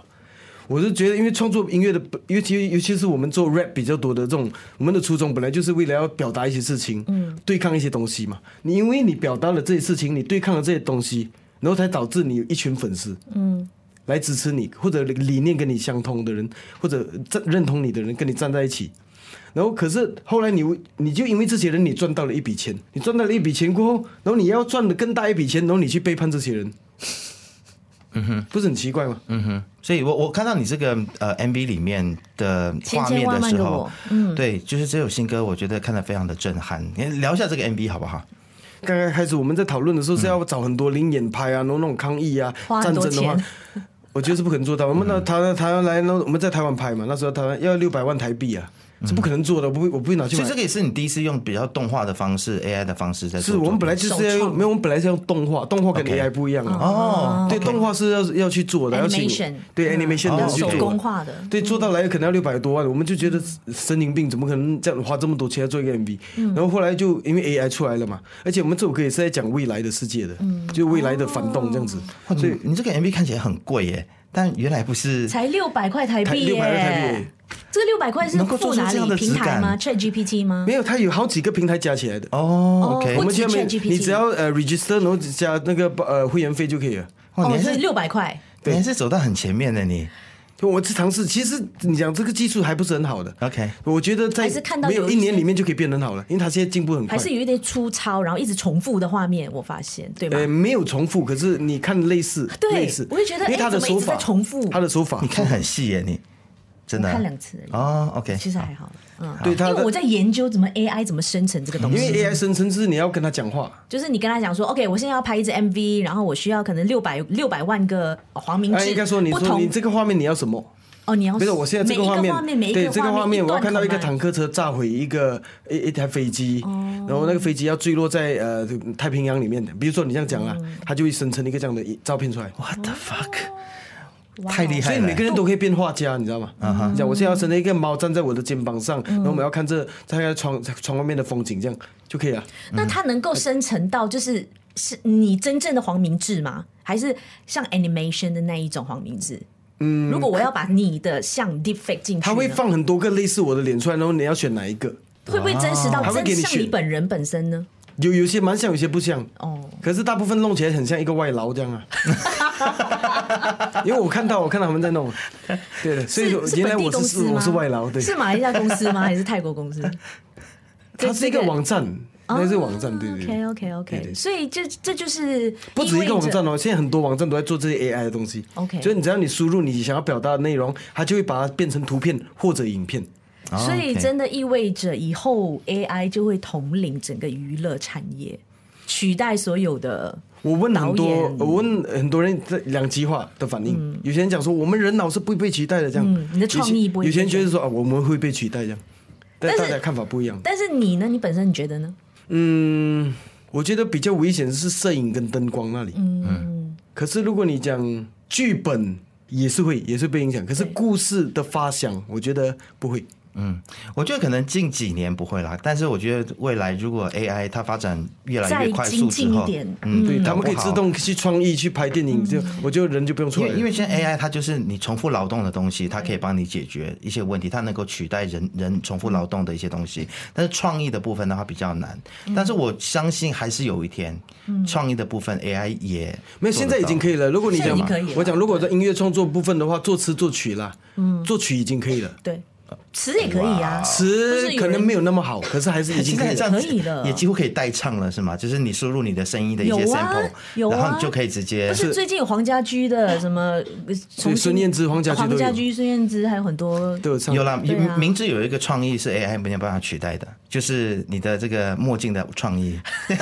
[SPEAKER 3] 我是觉得，因为创作音乐的，尤其尤其是我们做 rap 比较多的这种，我们的初衷本来就是为了要表达一些事情，嗯，对抗一些东西嘛。你因为你表达了这些事情，你对抗了这些东西，然后才导致你有一群粉丝，嗯，来支持你，或者理念跟你相同的人，或者赞认同你的人跟你站在一起。然后可是后来你你就因为这些人，你赚到了一笔钱，你赚到了一笔钱过后，然后你要赚的更大一笔钱，然后你去背叛这些人，嗯哼，不是很奇怪吗？
[SPEAKER 1] 嗯所以我我看到你这个呃 MV 里面的画面的
[SPEAKER 2] 千千万万
[SPEAKER 1] 时
[SPEAKER 2] 个
[SPEAKER 1] 候
[SPEAKER 2] 我，
[SPEAKER 1] 嗯，对，就是这首新歌，我觉得看得非常的震撼。你聊一下这个 MV 好不好？
[SPEAKER 3] 刚刚开始我们在讨论的时候是要找很多灵眼拍啊，然后那种抗议啊，
[SPEAKER 2] 花很
[SPEAKER 3] 战
[SPEAKER 2] 多
[SPEAKER 3] 争的话
[SPEAKER 2] 钱，嗯
[SPEAKER 3] 我觉得是不可能做到。我们那台台湾来，那我们在台湾拍嘛，那时候台湾要六百万台币啊，是不可能做的，我不会，我不会拿去
[SPEAKER 1] 所以
[SPEAKER 3] 买
[SPEAKER 1] 这。个也是你第一次用比较动画的方式、AI 的方式在做
[SPEAKER 3] 是
[SPEAKER 1] 作品。
[SPEAKER 3] 我们本来就是要
[SPEAKER 2] 首
[SPEAKER 3] 用，
[SPEAKER 2] 创
[SPEAKER 3] 没有，我们本来是要用动画，动画跟
[SPEAKER 1] OK
[SPEAKER 3] AI 不一样的。
[SPEAKER 1] 哦，
[SPEAKER 3] 对，动画是要要去做的，要请
[SPEAKER 2] Animation
[SPEAKER 3] 对 animation
[SPEAKER 1] 嗯
[SPEAKER 3] 的
[SPEAKER 2] 要
[SPEAKER 3] 去
[SPEAKER 2] 哦手
[SPEAKER 3] 做的
[SPEAKER 2] 工嗯化的，
[SPEAKER 3] 对，做到来可能要六百多万，我们就觉得神经病，怎么可能这样花这么多钱来做一个 MV？、
[SPEAKER 2] 嗯
[SPEAKER 3] 然后后来就因为 AI 出来了嘛，而且我们这首歌也是在讲未来的世界的，
[SPEAKER 2] 嗯
[SPEAKER 3] 就未来的反动这样子。
[SPEAKER 2] 哦
[SPEAKER 1] 哇你你这个 MV 看起来很贵耶，但原来不是。
[SPEAKER 2] 才六百块台币
[SPEAKER 3] 600块台币
[SPEAKER 2] 耶
[SPEAKER 3] 耶！
[SPEAKER 2] 这个六百块是
[SPEAKER 1] 能够做
[SPEAKER 2] 付
[SPEAKER 1] 出
[SPEAKER 2] 哪
[SPEAKER 1] 这样
[SPEAKER 2] 里？
[SPEAKER 1] 的
[SPEAKER 2] 平
[SPEAKER 1] 质
[SPEAKER 2] 台吗
[SPEAKER 1] 感
[SPEAKER 2] ？Chat GPT 吗？
[SPEAKER 3] 没有，它有好几个平台加起来的。
[SPEAKER 1] 哦
[SPEAKER 2] 哦
[SPEAKER 1] ，OK，
[SPEAKER 2] 我
[SPEAKER 3] 我们
[SPEAKER 2] 只
[SPEAKER 3] 下面
[SPEAKER 2] ChatGPT
[SPEAKER 3] 你只要呃 register，然后加那个呃会员费就可以了。
[SPEAKER 1] 哇，你还
[SPEAKER 2] 哦，是
[SPEAKER 1] 是
[SPEAKER 2] 六百块。
[SPEAKER 1] 你还是走到很前面的你。
[SPEAKER 3] 就我是尝试，其实你讲这个技术还不是很好的。
[SPEAKER 1] OK
[SPEAKER 3] 我觉得在
[SPEAKER 2] 还是看到
[SPEAKER 3] 没
[SPEAKER 2] 有
[SPEAKER 3] 有
[SPEAKER 2] 一
[SPEAKER 3] 一
[SPEAKER 2] 些
[SPEAKER 3] 年里面就可以变得很好了，因为它现在进步很
[SPEAKER 2] 还。
[SPEAKER 3] 快
[SPEAKER 2] 是有一点粗糙，然后一直重复的画面，我发现，对吧？
[SPEAKER 3] 呃，没有重复，可是你看类似，
[SPEAKER 2] 对
[SPEAKER 3] 类似，
[SPEAKER 2] 我就觉得
[SPEAKER 3] 因为
[SPEAKER 2] 诶
[SPEAKER 3] 他的
[SPEAKER 2] 怎么一
[SPEAKER 3] 手
[SPEAKER 2] 直在
[SPEAKER 3] 法
[SPEAKER 2] 重复
[SPEAKER 3] 他的手法
[SPEAKER 1] 你，看很细耶，你真的啊
[SPEAKER 2] 我看两次而已
[SPEAKER 1] 哦，OK，
[SPEAKER 2] 其实还好了，嗯，
[SPEAKER 3] 啊对
[SPEAKER 2] 因
[SPEAKER 3] 它
[SPEAKER 2] 为
[SPEAKER 3] 的
[SPEAKER 2] 我在研究怎么 AI 怎么生成这个东
[SPEAKER 3] 因
[SPEAKER 2] 西。
[SPEAKER 3] 为 AI 生成是你要跟他讲话，
[SPEAKER 2] 就是你跟他讲说，OK，我现在要拍一支 MV，然后我需要可能六百六百万个黄明
[SPEAKER 3] 哎，
[SPEAKER 2] 志，
[SPEAKER 3] 应该说你
[SPEAKER 2] 不
[SPEAKER 3] 说
[SPEAKER 2] 同
[SPEAKER 3] 你这个画面你要什么？
[SPEAKER 2] 哦，你要
[SPEAKER 3] 比如说我现在这
[SPEAKER 2] 每一
[SPEAKER 3] 画
[SPEAKER 2] 个
[SPEAKER 3] 面，
[SPEAKER 2] 画面，每一
[SPEAKER 3] 对
[SPEAKER 2] 个
[SPEAKER 3] 这个画面，我要看到一个
[SPEAKER 2] 堂。
[SPEAKER 3] 坦克车炸毁一个一一台飞机，
[SPEAKER 2] 哦
[SPEAKER 3] 然后那个飞机要坠落在呃太
[SPEAKER 2] 嗯
[SPEAKER 3] 平洋里面的。比如说你这样讲啊，它就会生成一个这样的一照片出来。
[SPEAKER 1] What the fuck？
[SPEAKER 2] 哇
[SPEAKER 1] 太厉害
[SPEAKER 3] 所
[SPEAKER 1] 了。
[SPEAKER 3] 以每个人都可以变画家，你知道吗？
[SPEAKER 2] 啊
[SPEAKER 3] 你讲我现在要生了一个猫站在我的肩膀上，
[SPEAKER 2] 嗯
[SPEAKER 3] 然后我们要看这在窗窗外面的风景，这样就可以啊了。
[SPEAKER 2] 那它能够生成到就是是你真正的黄明志吗？还是像 animation 的那一种黄明志？嗯，如果我要把你的像 deepfake 进去呢，
[SPEAKER 3] 他会放很多个类似我的脸出来，然后你要选哪一个？
[SPEAKER 2] 会不会真实到
[SPEAKER 3] 它啊会
[SPEAKER 2] 真
[SPEAKER 3] 给你
[SPEAKER 2] 像
[SPEAKER 3] 选
[SPEAKER 2] 你本人本身呢？
[SPEAKER 3] 有有些蛮像，有些不像。
[SPEAKER 2] 哦，
[SPEAKER 3] 可是大部分弄起来很像一个外劳这样 啊，因为我看到我看到他们在弄，对的，所以说
[SPEAKER 2] 是是
[SPEAKER 3] 原来
[SPEAKER 2] 本地
[SPEAKER 3] 我
[SPEAKER 2] 公
[SPEAKER 3] 是
[SPEAKER 2] 司吗
[SPEAKER 3] 我是外劳，对，
[SPEAKER 2] 是马来西亚公司吗？还是泰国公 司？
[SPEAKER 3] 它是一个网站，
[SPEAKER 2] 哦
[SPEAKER 3] 那是网站，对对
[SPEAKER 2] OK，
[SPEAKER 3] 对
[SPEAKER 2] OK
[SPEAKER 3] 对
[SPEAKER 2] OK，
[SPEAKER 3] 对
[SPEAKER 2] 所以这这就是
[SPEAKER 3] 不止一个网
[SPEAKER 2] 意味着
[SPEAKER 3] 站哦，现在很多网站都在做这些 AI 的东西。
[SPEAKER 2] OK
[SPEAKER 3] 就是你只要你输入你想要表达的内容，它就会把它变成图片或者影片。
[SPEAKER 1] 哦
[SPEAKER 2] 所以
[SPEAKER 1] OK
[SPEAKER 2] 真的意味着以后 AI 就会统领整个娱乐产业，取代所有的
[SPEAKER 3] 我问很
[SPEAKER 2] 导
[SPEAKER 3] 多
[SPEAKER 2] 演，
[SPEAKER 3] 我问很多人这两极化的反应。有些人讲说，我们人脑是不会被取代的，这样。
[SPEAKER 2] 嗯嗯你的创意不会
[SPEAKER 3] 有些有些人觉得说啊，我们会被取代这样，
[SPEAKER 2] 但
[SPEAKER 3] 但
[SPEAKER 2] 是
[SPEAKER 3] 大家看法不一样。
[SPEAKER 2] 但是你呢？你本身你觉得呢？
[SPEAKER 3] 嗯，我觉得比较危险的是摄影跟灯光那里。嗯，可是如果你讲剧本，也是会也是被影响，可是故事的发想，我觉得不会。
[SPEAKER 1] 我觉得可能近几年不会啦，但是我觉得未来如果 AI 它发展越来
[SPEAKER 2] 再
[SPEAKER 1] 越快
[SPEAKER 2] 精
[SPEAKER 1] 速之
[SPEAKER 2] 进一
[SPEAKER 1] 后
[SPEAKER 2] 点，
[SPEAKER 1] 嗯，
[SPEAKER 3] 对他们可以
[SPEAKER 1] 搞不好
[SPEAKER 3] 自动去创意去拍电
[SPEAKER 2] 嗯
[SPEAKER 3] 影，就我觉得人就不用出
[SPEAKER 1] 因为
[SPEAKER 3] 来了。
[SPEAKER 1] 因为现在 AI 它就是你重复劳动的东西，它可以帮你解决一些问题，它能够取代人人重复劳动的一些东西。
[SPEAKER 2] 嗯
[SPEAKER 1] 但是创意的部分的话比较难，但是我相信还是有一天，
[SPEAKER 2] 嗯
[SPEAKER 1] 创意的部分 AI 也
[SPEAKER 3] 没有，现在已经可以了。如果你
[SPEAKER 2] 现在
[SPEAKER 3] 讲
[SPEAKER 2] 已经可以了
[SPEAKER 3] 我讲如果在音乐创作部分的话，作词作曲啦，嗯，作曲已经可以了。
[SPEAKER 2] 对，词也可以啊，
[SPEAKER 3] 词
[SPEAKER 2] 不是有
[SPEAKER 3] 可
[SPEAKER 2] 人
[SPEAKER 3] 能没有那么好，可是还是已经
[SPEAKER 1] 现在
[SPEAKER 3] 可
[SPEAKER 1] 很
[SPEAKER 3] 以了。
[SPEAKER 1] 像
[SPEAKER 2] 可以了
[SPEAKER 1] 也几乎可以代唱了，是吗？就是你输入你的声音的一些
[SPEAKER 2] 有啊
[SPEAKER 1] sample，、
[SPEAKER 2] 有啊
[SPEAKER 1] 然后你就可以直接
[SPEAKER 2] 不是最近有黄家驹的什么？呃重新
[SPEAKER 3] 孙燕姿黄家驹都有
[SPEAKER 2] 黄家驹、孙燕姿还有很多
[SPEAKER 3] 都有唱
[SPEAKER 1] 有啦，
[SPEAKER 2] 对啊
[SPEAKER 1] 明知有一个创意是 AI 没有办法取代的，就是你的这个墨镜的创意。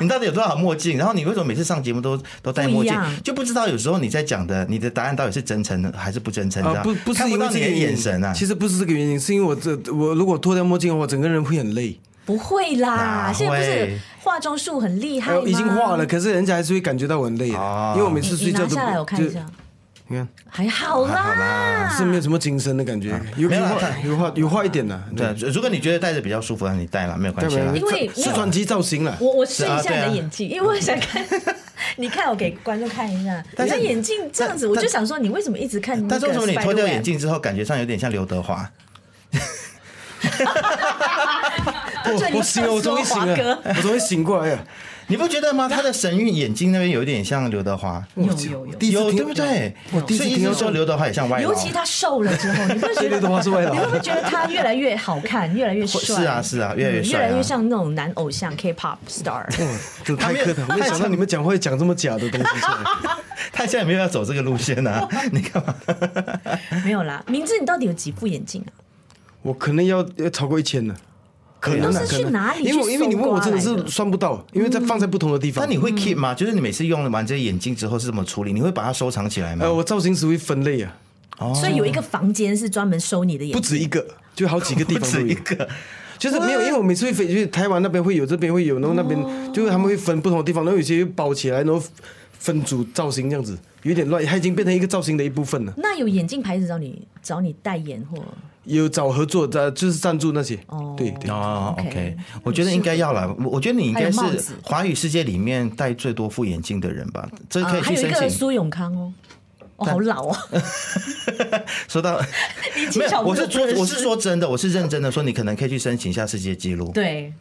[SPEAKER 1] 你到底有多少墨镜？然后你为什么每次上节目都都戴墨
[SPEAKER 2] 不一
[SPEAKER 1] 镜
[SPEAKER 2] 样？
[SPEAKER 1] 就不知道有时候你在讲的你的答案到底是真诚的还是不真诚的、
[SPEAKER 3] 啊，不不是
[SPEAKER 1] 看不
[SPEAKER 3] 因为
[SPEAKER 1] 到
[SPEAKER 3] 这
[SPEAKER 1] 你
[SPEAKER 3] 个
[SPEAKER 1] 的
[SPEAKER 3] 原因
[SPEAKER 1] 眼神啊。
[SPEAKER 3] 其实不是这个原因，是因为我这我如果脱掉墨镜的话，我整个人会很累。
[SPEAKER 2] 不会啦，
[SPEAKER 1] 哪
[SPEAKER 2] 现在不是
[SPEAKER 1] 会
[SPEAKER 2] 化妆术很厉害
[SPEAKER 3] 哎
[SPEAKER 2] 吗？
[SPEAKER 3] 呦已经化了，可是人家还是会感觉到我很累的，
[SPEAKER 1] 哦
[SPEAKER 3] 因为我每
[SPEAKER 2] 你
[SPEAKER 3] 次
[SPEAKER 2] 你
[SPEAKER 3] 睡觉
[SPEAKER 2] 拿
[SPEAKER 3] 都
[SPEAKER 2] 下来我看一，下啊
[SPEAKER 3] 就，你看
[SPEAKER 2] 还
[SPEAKER 1] 好
[SPEAKER 2] 好啦
[SPEAKER 1] 啦，
[SPEAKER 3] 是没有什么精神的感觉，有
[SPEAKER 1] 没有啦
[SPEAKER 3] 化
[SPEAKER 1] 看
[SPEAKER 3] 有化有化一点啦，
[SPEAKER 1] 对，啊如果你觉得戴着比较舒服，那你戴了没有关
[SPEAKER 3] 对
[SPEAKER 1] 系啦
[SPEAKER 3] 吧？。
[SPEAKER 2] 因为
[SPEAKER 3] 是是专辑造型了。
[SPEAKER 2] 我我试一
[SPEAKER 1] 是啊
[SPEAKER 2] 下你
[SPEAKER 1] 对啊
[SPEAKER 2] 的眼镜，因为我 想看，你看我给观众看一下，
[SPEAKER 1] 但
[SPEAKER 2] 你
[SPEAKER 1] 是
[SPEAKER 2] 的眼镜这样子，
[SPEAKER 1] 但
[SPEAKER 2] 我就想说你为什么一直看？
[SPEAKER 1] 但是为什么你脱掉眼？镜之后，感觉上有点像刘德华？ 哦
[SPEAKER 2] 我
[SPEAKER 3] 我醒了，我终于醒了， 我终于醒过来 了。
[SPEAKER 1] 你不觉得吗？他的神韵眼睛那边有点像刘德华，
[SPEAKER 2] 有有有。
[SPEAKER 3] 第一次
[SPEAKER 1] 有
[SPEAKER 3] 听
[SPEAKER 1] 对不对？
[SPEAKER 3] 我第一
[SPEAKER 1] 所
[SPEAKER 3] 次
[SPEAKER 1] 以
[SPEAKER 3] 听
[SPEAKER 1] 意
[SPEAKER 3] 到
[SPEAKER 1] 思是说刘德华也像歪楼。
[SPEAKER 2] 尤其他瘦了之后，你会觉
[SPEAKER 3] 对
[SPEAKER 2] 得
[SPEAKER 3] 刘德华是外劳
[SPEAKER 2] 你会不会觉得他越来越好看，越来越帅？
[SPEAKER 1] 是啊是啊越来越
[SPEAKER 2] 嗯
[SPEAKER 1] 帅啊嗯
[SPEAKER 2] 越来越像那种男偶像 K-pop star。
[SPEAKER 3] 哇，这太
[SPEAKER 1] 他
[SPEAKER 3] 客
[SPEAKER 1] 没
[SPEAKER 3] 套
[SPEAKER 1] 有
[SPEAKER 3] 哎了！没想到你们讲话会讲这么假的东西 出来。
[SPEAKER 1] 他现在没有要走这个路线啊，你干嘛？
[SPEAKER 2] 没有啦，明志，你到底有几副眼镜啊？
[SPEAKER 3] 我可能要要超过一千了，可能
[SPEAKER 2] 都
[SPEAKER 3] 啊
[SPEAKER 2] 是
[SPEAKER 3] 可
[SPEAKER 2] 去
[SPEAKER 3] 能
[SPEAKER 2] 哪里
[SPEAKER 3] 因
[SPEAKER 2] 去
[SPEAKER 3] 为因为你问我真的
[SPEAKER 2] 搜刮来的
[SPEAKER 3] 是算不到，因为在放在不同的地方
[SPEAKER 1] 那。你会 keep 吗？就是你每次用完这些眼镜之后是怎么处理？你会把它收藏起来吗
[SPEAKER 3] 呃，？我造型师会分类啊，
[SPEAKER 1] 哦
[SPEAKER 2] 所以有一个房间是专门收你的眼
[SPEAKER 3] 不
[SPEAKER 2] 镜，
[SPEAKER 3] 止呃一个，就好几个地
[SPEAKER 1] 不
[SPEAKER 3] 方
[SPEAKER 1] 止
[SPEAKER 3] 都
[SPEAKER 1] 一
[SPEAKER 3] 有。
[SPEAKER 1] 个，
[SPEAKER 3] 就是没有，因为我每次会飞去台湾那边会有，这边会有，然后那
[SPEAKER 2] 哦
[SPEAKER 3] 边就是他们会分不同的地方，然后有些又包起来，然后分组造型这样子，有点乱，它已经变成一个造型的一部分了。
[SPEAKER 2] 那有眼镜牌子找你找你代言或
[SPEAKER 3] 有找合作的，就是赞助那些
[SPEAKER 2] 哦，
[SPEAKER 3] 对 对。
[SPEAKER 1] 哦
[SPEAKER 2] OK
[SPEAKER 1] ，OK，我觉得应该要了。我我觉得你应该是
[SPEAKER 2] 还有帽子
[SPEAKER 1] 华语世界里面戴最多副眼镜的人吧？这可
[SPEAKER 2] 啊，
[SPEAKER 1] 以
[SPEAKER 2] 还
[SPEAKER 1] 去
[SPEAKER 2] 有一个
[SPEAKER 1] 申请。
[SPEAKER 2] 苏永康哦，哦，
[SPEAKER 1] 但
[SPEAKER 2] 好老哦，
[SPEAKER 1] 说到
[SPEAKER 2] 你
[SPEAKER 1] 没
[SPEAKER 2] 请
[SPEAKER 1] 有，
[SPEAKER 2] 小
[SPEAKER 1] 我
[SPEAKER 2] 朋友
[SPEAKER 1] 是说
[SPEAKER 2] 不认识
[SPEAKER 1] 我是说真的，我是认真的说，你可能可以去申请一下世界纪录，
[SPEAKER 2] 对，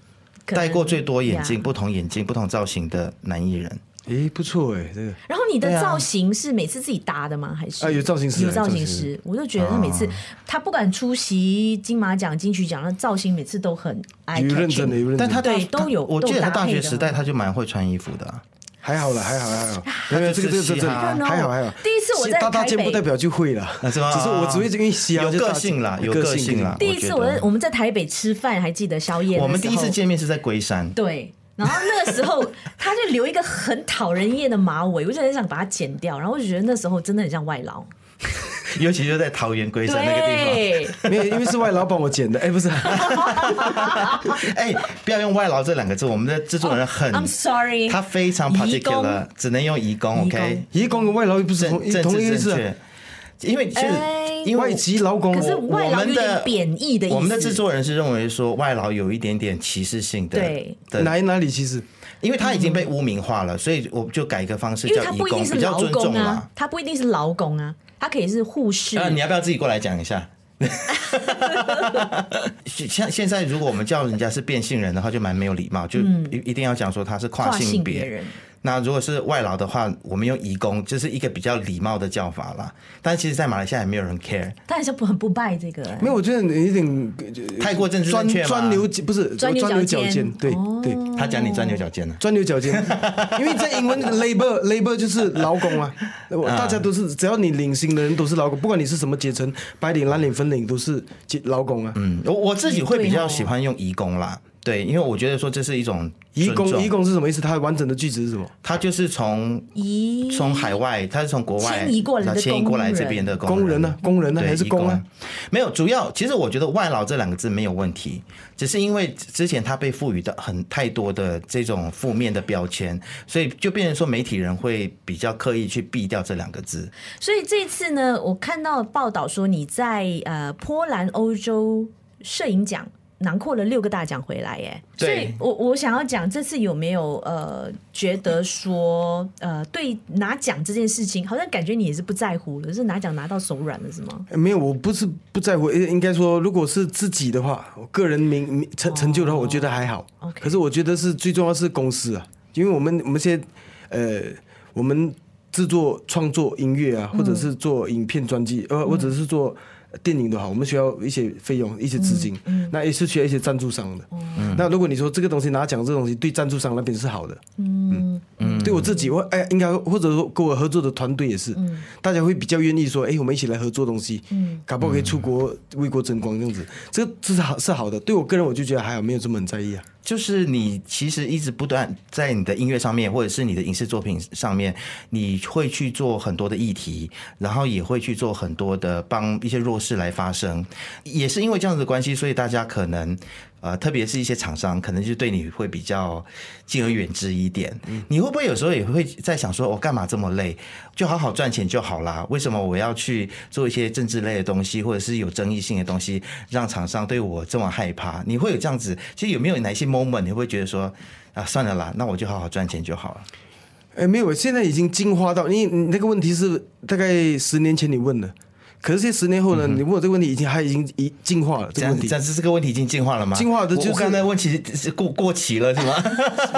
[SPEAKER 2] 可能
[SPEAKER 1] 戴过最多眼镜、
[SPEAKER 2] 呀
[SPEAKER 1] 不同眼镜、不同造型的男艺人。
[SPEAKER 3] 诶，不错诶，这个
[SPEAKER 2] 然后你的
[SPEAKER 1] 对啊
[SPEAKER 2] 造型是每次自己搭的吗？还是
[SPEAKER 3] 啊有造型师啊
[SPEAKER 2] 有造型
[SPEAKER 3] 有造型
[SPEAKER 2] 师，我就觉得他每次他不管出席金马奖、金曲奖，那造型每次都很 eye
[SPEAKER 3] 有认真的，
[SPEAKER 2] catching
[SPEAKER 3] 有认
[SPEAKER 1] 但
[SPEAKER 3] 真
[SPEAKER 1] 他
[SPEAKER 3] 的，
[SPEAKER 1] 大
[SPEAKER 2] 对都有
[SPEAKER 1] 我记得他大学时
[SPEAKER 2] 都
[SPEAKER 1] 代
[SPEAKER 2] 有搭配的
[SPEAKER 1] 他就蛮会穿衣服的啊、
[SPEAKER 3] 还好了，还好还好，
[SPEAKER 1] 他
[SPEAKER 3] 没有没有
[SPEAKER 1] 就
[SPEAKER 3] 这个
[SPEAKER 1] 是
[SPEAKER 3] 这个这个
[SPEAKER 1] 啊嘻
[SPEAKER 3] 这
[SPEAKER 1] 哈
[SPEAKER 2] I don't
[SPEAKER 3] 个
[SPEAKER 2] know
[SPEAKER 3] 还好还好。
[SPEAKER 2] 第一次我在
[SPEAKER 3] 大大
[SPEAKER 2] 台
[SPEAKER 3] 件不代
[SPEAKER 2] 北。
[SPEAKER 3] 表就会了，
[SPEAKER 1] 啊是吗
[SPEAKER 3] 只是我只会因为嘻哈
[SPEAKER 1] 有
[SPEAKER 3] 就大
[SPEAKER 1] 个
[SPEAKER 3] 件
[SPEAKER 1] 性啦，有
[SPEAKER 3] 个
[SPEAKER 1] 个性啦。
[SPEAKER 2] 第一次我
[SPEAKER 1] 觉
[SPEAKER 2] 在
[SPEAKER 1] 得
[SPEAKER 2] 我们在台北吃饭，还记得宵夜的时候。
[SPEAKER 1] 我们第一次见面是在龟山，
[SPEAKER 2] 对，然后那个时候他就留一个很讨人厌的马尾，我就很想把它剪掉，然后我就觉得那时候真的很像外劳。
[SPEAKER 1] 尤其就在桃园龟山那个地方。
[SPEAKER 2] 对，
[SPEAKER 3] 没有，因为是外劳帮我剪的，哎，不是，
[SPEAKER 1] 哎，不要用外劳这两个字，我们的制作人很
[SPEAKER 2] I'm sorry
[SPEAKER 1] 他非常
[SPEAKER 2] 移工
[SPEAKER 1] particular，只能用移工
[SPEAKER 2] 移工
[SPEAKER 1] ，OK？
[SPEAKER 3] 移工跟外劳又不是同
[SPEAKER 1] 政政
[SPEAKER 3] 同一个
[SPEAKER 1] 治
[SPEAKER 3] 意思
[SPEAKER 1] 正
[SPEAKER 3] 啊，
[SPEAKER 1] 确，因为其实
[SPEAKER 2] 哎
[SPEAKER 1] 因为
[SPEAKER 3] 外籍劳工，
[SPEAKER 2] 可是
[SPEAKER 3] 我
[SPEAKER 2] 外
[SPEAKER 1] 我
[SPEAKER 2] 劳有
[SPEAKER 1] 们的
[SPEAKER 2] 点贬义的意思。
[SPEAKER 1] 我们的制作人是认为说外劳有一点点歧视性的，
[SPEAKER 2] 对
[SPEAKER 1] 的
[SPEAKER 3] 哪哪里其实
[SPEAKER 1] 因为他已经
[SPEAKER 3] 嗯
[SPEAKER 1] 被污名化了，所以我就改一个方式
[SPEAKER 2] 因为
[SPEAKER 1] 叫
[SPEAKER 2] 他
[SPEAKER 1] 移
[SPEAKER 2] 不一
[SPEAKER 1] 工，
[SPEAKER 2] 定是
[SPEAKER 1] 比较
[SPEAKER 2] 劳
[SPEAKER 1] 尊
[SPEAKER 2] 工
[SPEAKER 1] 重
[SPEAKER 2] 啊
[SPEAKER 1] 啦。，
[SPEAKER 2] 他不一定是劳工啊，他可以是护士。
[SPEAKER 1] 啊，你要不要自己过来讲一下？ 像现在，如果我们叫人家是变性人的话，就蛮没有礼貌，就一一定要讲说他是跨
[SPEAKER 2] 嗯跨性
[SPEAKER 1] 别。
[SPEAKER 2] 别人，
[SPEAKER 1] 那如果是外劳的话，我们用移工，这、是一个比较礼貌的叫法啦。但其实，在马来西亚也没有人 care，
[SPEAKER 2] 但是不很不拜这个、欸
[SPEAKER 3] 没有，我觉得你有点
[SPEAKER 1] 太过政治
[SPEAKER 3] 钻
[SPEAKER 1] 正确
[SPEAKER 3] 钻牛
[SPEAKER 1] 嘛。
[SPEAKER 3] 不是
[SPEAKER 2] 钻牛角
[SPEAKER 3] 牛角尖
[SPEAKER 2] 尖，
[SPEAKER 3] 对
[SPEAKER 1] 哦
[SPEAKER 3] 对。
[SPEAKER 2] 哦
[SPEAKER 1] 他讲你钻牛角尖啊了、
[SPEAKER 3] 钻牛角 尖，因为在英文 labor labor 就是劳工啊，我大家都是只要你领薪的人都是劳工，不管你是什么阶层，白领、蓝领、粉领都是阶劳工啊。
[SPEAKER 1] 嗯，我我自己会比
[SPEAKER 2] 对
[SPEAKER 1] 较
[SPEAKER 2] 哦
[SPEAKER 1] 喜欢用移工啦，对，因为我觉得说这是一种
[SPEAKER 3] 移工
[SPEAKER 1] 尊重
[SPEAKER 3] 移，工是什么意思？它完整的句子是什么？
[SPEAKER 1] 他就是从
[SPEAKER 2] 咦，
[SPEAKER 1] 从海外，他是从国外
[SPEAKER 2] 迁移过来的
[SPEAKER 1] 迁移过来
[SPEAKER 2] 工人
[SPEAKER 1] 这边的
[SPEAKER 3] 工人呢？工人呢？
[SPEAKER 1] 对，
[SPEAKER 3] 还是
[SPEAKER 1] 移
[SPEAKER 3] 工啊？
[SPEAKER 1] 没有，主要其实我觉得“外劳”这两个字没有问题，只是因为之前它被赋予的很太多的这种负面的标签，所以就变成说媒体人会比较刻意去避掉这两个字。
[SPEAKER 2] 所以这次呢，我看到报道说你在呃波兰欧洲摄影奖囊括了六个大奖回来耶。所
[SPEAKER 1] 对
[SPEAKER 2] 以我我想要讲这次有没有呃觉得说呃对拿奖这件事情，好像感觉你也是不在乎了，就是拿奖拿到手软了是吗？
[SPEAKER 3] 哎没有，我不是不在乎，呃应该说，如果是自己的话，我个人名名成成就的话，我觉得还好。
[SPEAKER 2] 哦 OK
[SPEAKER 3] 可是我觉得是最重要是公司啊，因为我们我们现在呃，我们制作创作音乐
[SPEAKER 2] 嗯
[SPEAKER 3] 啊，或者是做影片专辑，呃，或者是做电影的话，我们需要一些费用、一些资金，
[SPEAKER 2] 嗯
[SPEAKER 3] 那也是需要一些赞助商
[SPEAKER 2] 哦
[SPEAKER 3] 的。那如果你说这个东西拿奖，这个东西对赞助商那边是好的，
[SPEAKER 2] 嗯
[SPEAKER 3] 对我自己，我哎，应该或者说跟我合作的团队也是，
[SPEAKER 2] 嗯
[SPEAKER 3] 大家会比较愿意说，哎，我们一起来合作东西，搞不好可以出国为国争光这样子，这个这是好是好的。对我个人，我就觉得还好，没有这么很在意啊。
[SPEAKER 1] 就是你其实一直不断在你的音乐上面，或者是你的影视作品上面，你会去做很多的议题，然后也会去做很多的帮一些弱势来发声。也是因为这样子的关系，所以大家可能。呃，特别是一些厂商，可能就对你会比较敬而远之一点。
[SPEAKER 3] 嗯
[SPEAKER 1] 你会不会有时候也会在想说，我、干嘛这么累？就好好赚钱就好啦。为什么我要去做一些政治类的东西，或者是有争议性的东西，让厂商对我这么害怕？你会有这样子？其实有没有哪一些 moment 你会觉得说啊，算了啦，那我就好好赚钱就好了？
[SPEAKER 3] 哎，没有，现在已经进化到你你那个问题是大概十年前你问的，可是现在十年
[SPEAKER 2] 嗯
[SPEAKER 3] 后呢，你问我这个问题已经还已经已进化了这
[SPEAKER 1] 这
[SPEAKER 3] 个
[SPEAKER 1] 样
[SPEAKER 3] 问
[SPEAKER 1] 子，
[SPEAKER 3] 题
[SPEAKER 1] 这，样子这个问题已经进化了吗？
[SPEAKER 3] 进化的就是嗯
[SPEAKER 1] 我我刚才问题是过过期了是吗？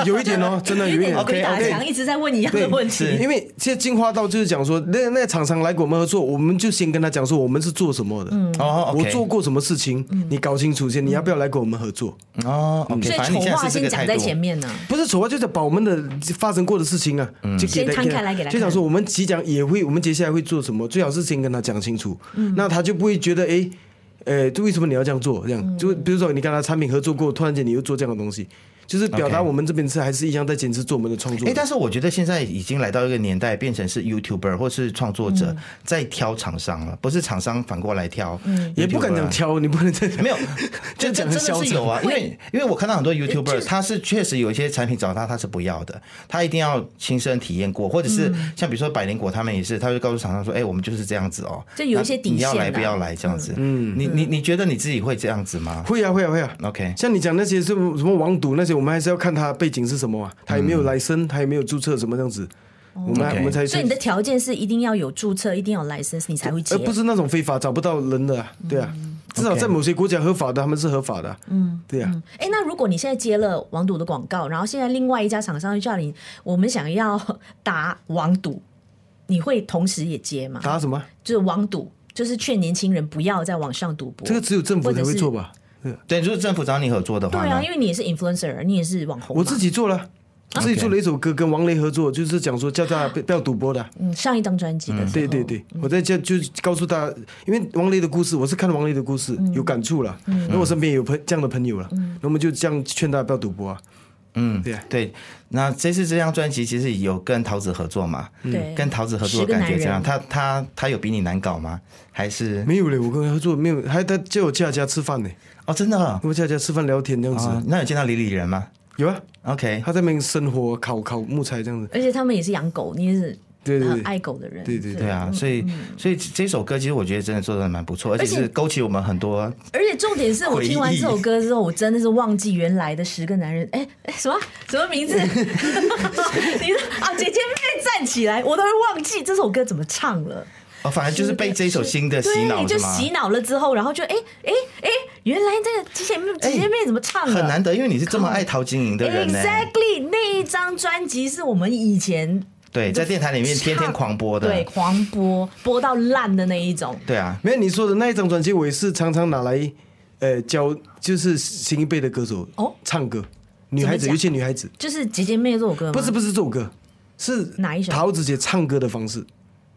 [SPEAKER 3] 有一 点哦，真的有一点
[SPEAKER 2] 点鬼打
[SPEAKER 3] OK，OK
[SPEAKER 2] 墙一直在问一样的问题。
[SPEAKER 1] 是
[SPEAKER 3] 因为现在进化到就是讲说，那那厂商来跟我们合作，我们就先跟他讲说我们是做什么的，
[SPEAKER 2] 嗯
[SPEAKER 1] 哦
[SPEAKER 3] 我
[SPEAKER 1] ，OK，嗯
[SPEAKER 3] 做过什么事情，你搞清楚先，你要不要来跟我们合作？
[SPEAKER 1] 哦，OK，
[SPEAKER 2] 所以
[SPEAKER 1] 反正
[SPEAKER 2] 丑
[SPEAKER 1] 你现在
[SPEAKER 2] 话
[SPEAKER 1] 是这
[SPEAKER 2] 先
[SPEAKER 1] 个
[SPEAKER 2] 讲
[SPEAKER 1] 态
[SPEAKER 2] 在
[SPEAKER 1] 度。
[SPEAKER 2] 前面呢、
[SPEAKER 3] 不是丑话，就是把我们的发生过的事情啊，
[SPEAKER 1] 嗯
[SPEAKER 3] 就给
[SPEAKER 2] 先
[SPEAKER 3] 他
[SPEAKER 2] 摊开来给他看
[SPEAKER 3] 就想说我们即将也会，我们接下来会做什么，最好是先跟他讲清楚，
[SPEAKER 1] 嗯
[SPEAKER 3] 那他就不会觉得诶，呃，就为什么你要这样做？
[SPEAKER 1] 嗯
[SPEAKER 3] 这样就比如说你跟他产品合作过，突然间你又做这样的东西，就是表达
[SPEAKER 1] OK
[SPEAKER 3] 我们这边是还是一样在坚持做我们的创作
[SPEAKER 1] 哎、
[SPEAKER 3] 的。
[SPEAKER 1] 但是我觉得现在已经来到一个年代，变成是 YouTuber 或是创作者在挑厂商了，不是厂商反过来挑 YouTuber 啊，
[SPEAKER 3] 嗯也不敢讲挑，你不能这样。
[SPEAKER 1] 没有，
[SPEAKER 3] 这
[SPEAKER 1] 这
[SPEAKER 3] 讲
[SPEAKER 1] 真
[SPEAKER 3] 得
[SPEAKER 1] 的
[SPEAKER 3] 嚣张
[SPEAKER 1] 是有啊，因为因为我看到很多
[SPEAKER 2] 就
[SPEAKER 1] YouTuber，
[SPEAKER 2] 是
[SPEAKER 1] 他是确实有一些产品找他，他是不要的，他一定要亲身体验过，或者是像比如说百灵果他们也是，他就告诉厂商说，哎、我们就是这样子哦，
[SPEAKER 2] 就有一些
[SPEAKER 1] 那
[SPEAKER 2] 底
[SPEAKER 1] 你要
[SPEAKER 2] 线
[SPEAKER 1] 来不
[SPEAKER 2] 啦
[SPEAKER 1] 要来这样子，嗯，你你你觉得你自己会这样子吗
[SPEAKER 3] 会啊会啊会啊，
[SPEAKER 1] ？OK，
[SPEAKER 3] 像你讲那些什么什么网赌那些，我们还是要看他背景是什么啊，他有没有来生，他有没有注册什么这样子，我们
[SPEAKER 1] 嗯哦
[SPEAKER 3] 还
[SPEAKER 1] OK
[SPEAKER 3] 我们才
[SPEAKER 2] 所以你的条件是一定要有注册，一定要有 license，你才会
[SPEAKER 1] 呃
[SPEAKER 2] 接
[SPEAKER 3] 而。不是那种非法找不到人的啊，
[SPEAKER 2] 嗯
[SPEAKER 3] 对啊，至少
[SPEAKER 1] OK
[SPEAKER 3] 在某些国家合法的，他们是合法的啊，嗯，对啊，
[SPEAKER 2] 哎，那如果你现在接了网赌的广告，然后现在另外一家厂商叫你，我们想要打网赌，你会同时也接吗？
[SPEAKER 3] 打什么？
[SPEAKER 2] 就是网赌，就是劝年轻人不要在网上赌博。
[SPEAKER 3] 这个只有政府才会做吧？
[SPEAKER 1] 对，如果政府找你合作的
[SPEAKER 2] 对
[SPEAKER 1] 话呢，
[SPEAKER 2] 啊，因为你也是 influencer，你也是网红嘛。
[SPEAKER 3] 我自己做了。
[SPEAKER 2] 啊
[SPEAKER 3] 自己做了一首歌，跟王雷合作，就是讲说叫大家不不要赌博的啊。
[SPEAKER 2] 嗯上一张专辑的时候，
[SPEAKER 3] 对对对，
[SPEAKER 2] 嗯
[SPEAKER 3] 我在家就告诉大家，因为王雷的故事，我是看王雷的
[SPEAKER 2] 嗯
[SPEAKER 3] 故事有感触了，然后我身边也有朋这样的朋友了，然后我们就这样劝大家不要赌博啊。嗯，对啊，
[SPEAKER 1] 对，那这次这张专辑其实有跟桃子合作嘛？
[SPEAKER 3] 嗯
[SPEAKER 2] 对，
[SPEAKER 1] 跟桃子合作
[SPEAKER 2] 十个
[SPEAKER 1] 的感
[SPEAKER 2] 男
[SPEAKER 1] 觉怎样？
[SPEAKER 2] 人
[SPEAKER 1] 他他他有比你难搞吗？还是
[SPEAKER 3] 没有嘞，我跟他做没有，还他叫我去他家吃饭呢，
[SPEAKER 1] 哦，真的哦
[SPEAKER 3] 我们去他家吃饭聊天这样子，
[SPEAKER 1] 哦，那有见到李李人吗
[SPEAKER 3] 有啊，
[SPEAKER 1] ？OK，
[SPEAKER 3] 他在那边生活烤烤木材这样子，
[SPEAKER 2] 而且他们也是养狗，你也是
[SPEAKER 3] 对对
[SPEAKER 2] 很
[SPEAKER 3] 对
[SPEAKER 2] 爱狗的人，
[SPEAKER 3] 对对
[SPEAKER 1] 对啊，所以所以这首歌其实我觉得真的做的蛮不错，而且
[SPEAKER 2] 嗯而且
[SPEAKER 1] 是勾起我们很多
[SPEAKER 2] 而且重 点是我听完这首歌之后，我真的是忘记原来的十个男人，哎、哎什么什 么名字？你说啊，姐姐妹妹站起来，我都会忘记这首歌怎么唱了。
[SPEAKER 1] 哦，反而就是被这一首新的洗脑
[SPEAKER 2] 对，
[SPEAKER 1] 是
[SPEAKER 2] 就
[SPEAKER 1] 吗？
[SPEAKER 2] 洗脑了之后，然后就哎哎哎，原来这个姐姐妹姐姐妹妹怎么唱的？
[SPEAKER 1] 哎很难得，因为你是这么爱陶晶莹的人呢、
[SPEAKER 2] Exactly，那一张专辑是我们以前
[SPEAKER 1] 对，在电台里面天天狂播的，
[SPEAKER 2] 对狂播播到烂的那一种。
[SPEAKER 1] 对啊，
[SPEAKER 3] 没有你说的那一张专辑，我也是常常拿来，呃，教就是新一辈的歌手
[SPEAKER 2] 哦
[SPEAKER 3] 唱歌，女孩子，
[SPEAKER 2] 怎么讲
[SPEAKER 3] 尤其女孩子，
[SPEAKER 2] 就是姐姐妹这首歌吗？
[SPEAKER 3] 不是不是这首歌，是
[SPEAKER 2] 哪一首
[SPEAKER 3] 桃子姐唱歌的方式，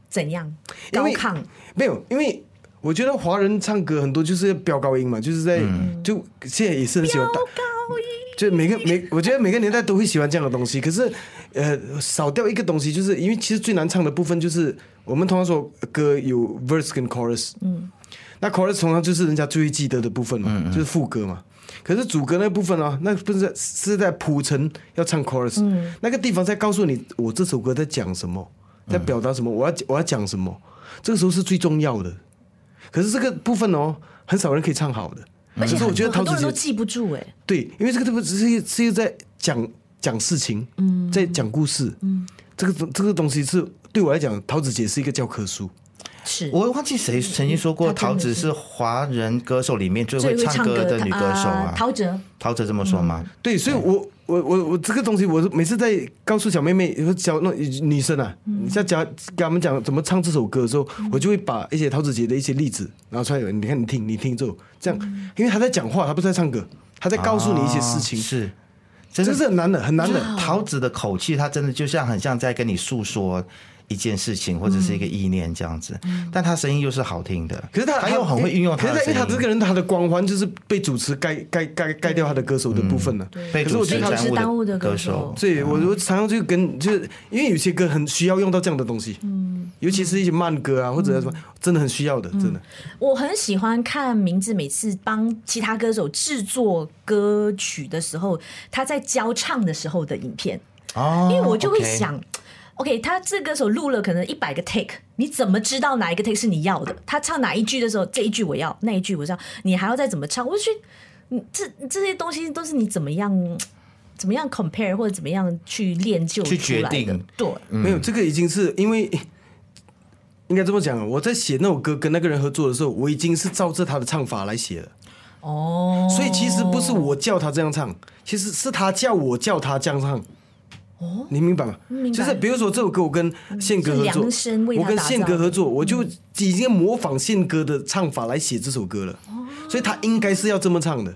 [SPEAKER 2] 怎样
[SPEAKER 3] 因
[SPEAKER 2] 高
[SPEAKER 3] 为
[SPEAKER 2] 亢，
[SPEAKER 3] 没有，因为我觉得华人唱歌很多就是飙高音嘛，就是在、就现在也是很喜欢
[SPEAKER 2] 高
[SPEAKER 3] 打，
[SPEAKER 2] 高音。
[SPEAKER 3] 就每个每，我觉得每个年代都会喜欢这样的东西。可是，呃，少掉一个东西，就是因为其实最难唱的部分就是我们通常说歌有 verse 跟 chorus，嗯，那 chorus 通常就是人家最会记得的部分
[SPEAKER 2] 嗯
[SPEAKER 3] 嘛，就是副歌嘛。可是主歌那部分啊，那不是在是在铺陈要唱 chorus，、那个
[SPEAKER 2] 嗯
[SPEAKER 3] 地方在告诉你我这首歌在讲什么，在表达什么，我要我要讲什么，这个时候是最重要的。可是这个部分哦，很少人可以唱好的。
[SPEAKER 2] 而且
[SPEAKER 3] 可是嗯我觉得
[SPEAKER 2] 很
[SPEAKER 3] 陶
[SPEAKER 2] 多
[SPEAKER 3] 子
[SPEAKER 2] 人都
[SPEAKER 3] 姐
[SPEAKER 2] 记不住哎、
[SPEAKER 3] 对，因为这个东西是一是一个在讲讲事情，在讲故事，这个东这个东西是对我来讲，桃子姐是一个教科书，
[SPEAKER 2] 是
[SPEAKER 1] 我忘记谁曾经说过，桃子是华人歌手里面最会
[SPEAKER 2] 最会
[SPEAKER 1] 唱
[SPEAKER 2] 唱
[SPEAKER 1] 歌的女歌手
[SPEAKER 2] 啊
[SPEAKER 1] 啊，。
[SPEAKER 2] 陶喆
[SPEAKER 1] 陶喆这么说吗？
[SPEAKER 3] 对，所以我我我我这个东西，我每次在告诉小妹妹和小那女生啊，你在讲跟他们讲怎么唱这首歌的时候，我就会把一些桃子姐的一些例子拿出来，你看你听你听之后，这样，因为她在讲话，她不是在唱歌，她在告诉你一些事情，
[SPEAKER 1] 啊是，真
[SPEAKER 3] 这
[SPEAKER 1] 的
[SPEAKER 3] 个
[SPEAKER 1] 是
[SPEAKER 3] 是很难的，很难的。
[SPEAKER 1] 桃子的口气，她真的就像很像在跟你诉说一件事情或者是一个意念这样子，但她声音又是好听的，
[SPEAKER 3] 嗯可是他
[SPEAKER 1] 她又很会运用
[SPEAKER 3] 可
[SPEAKER 1] 她
[SPEAKER 3] 是
[SPEAKER 1] 的
[SPEAKER 3] 他因
[SPEAKER 1] 声
[SPEAKER 3] 为他这
[SPEAKER 1] 音。
[SPEAKER 3] 个人他的光环就是被主持盖盖盖盖掉他的歌手的部分了、
[SPEAKER 1] 被
[SPEAKER 3] 可是我
[SPEAKER 1] 主
[SPEAKER 3] 觉
[SPEAKER 1] 持
[SPEAKER 3] 得
[SPEAKER 2] 被主持
[SPEAKER 1] 耽
[SPEAKER 2] 耽
[SPEAKER 1] 误
[SPEAKER 2] 误
[SPEAKER 1] 的
[SPEAKER 2] 的
[SPEAKER 1] 歌
[SPEAKER 2] 歌
[SPEAKER 1] 手
[SPEAKER 2] 手，
[SPEAKER 3] 所
[SPEAKER 1] 嗯
[SPEAKER 3] 以我我常常就跟就是因为有些歌很需要用到这样的东西，嗯，尤其是一些慢歌啊或者什么，真的很需要的，真的。
[SPEAKER 2] 我很喜欢看明志每次帮其他歌手制作歌曲的时候，他在教唱的时候的影片，
[SPEAKER 1] 哦，
[SPEAKER 2] 因为我就会
[SPEAKER 1] OK
[SPEAKER 2] 想。OK，他这歌手录了可能一百个 take，你怎么知道哪一个 take 是你要的？他唱哪一句的时候，这一句我要，那一句我要，你还要再怎么唱？我就觉得，你这这些东西都是你怎么样，怎么样 compare 或者怎么样去练就
[SPEAKER 1] 去
[SPEAKER 2] 出来
[SPEAKER 1] 决
[SPEAKER 2] 的
[SPEAKER 1] 定。
[SPEAKER 2] 对，
[SPEAKER 1] 嗯
[SPEAKER 3] 没有，这个已经是因为应该这么讲啊，我在写那首歌跟那个人合作的时候，我已经是照着他的唱法来写了。
[SPEAKER 2] 哦，
[SPEAKER 3] 所以其实不是我叫他这样唱，其实是他叫我叫他这样唱。哦，你明白吗？
[SPEAKER 2] 明白
[SPEAKER 3] 就是比如说这首歌，我跟宪哥合
[SPEAKER 2] 是
[SPEAKER 3] 作
[SPEAKER 2] 量身，为他
[SPEAKER 3] 我跟
[SPEAKER 2] 打造嗯
[SPEAKER 3] 宪哥合作，我就已经模仿宪哥的唱法来写这首歌了。
[SPEAKER 2] 哦
[SPEAKER 3] 所以他应该是要这么唱的。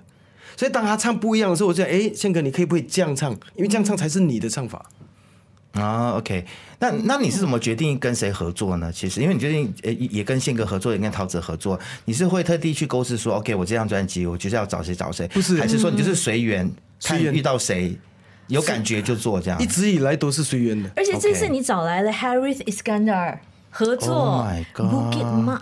[SPEAKER 3] 所以当他唱不一样的时候，我就哎，宪哥，你可以不可以这样唱？因为这样唱才是你的唱法。
[SPEAKER 2] 嗯
[SPEAKER 1] 啊，OK，那
[SPEAKER 3] 嗯
[SPEAKER 1] 那你是怎么决定跟谁合作呢？其实，因为你决定呃也也跟宪哥合作，也跟陶喆合作，你是会特地去构思说，OK，我这张专辑我就是要找谁找谁，不
[SPEAKER 3] 是嗯
[SPEAKER 1] 还是说你就是随缘，看
[SPEAKER 3] 随缘
[SPEAKER 1] 遇到谁有感觉就做这样
[SPEAKER 3] 一直以来都是随缘的。
[SPEAKER 2] 而且这次
[SPEAKER 1] OK
[SPEAKER 2] 你找来了 Harris Iskandar 合作
[SPEAKER 1] Oh my
[SPEAKER 2] b o o k It
[SPEAKER 1] God
[SPEAKER 2] Ma，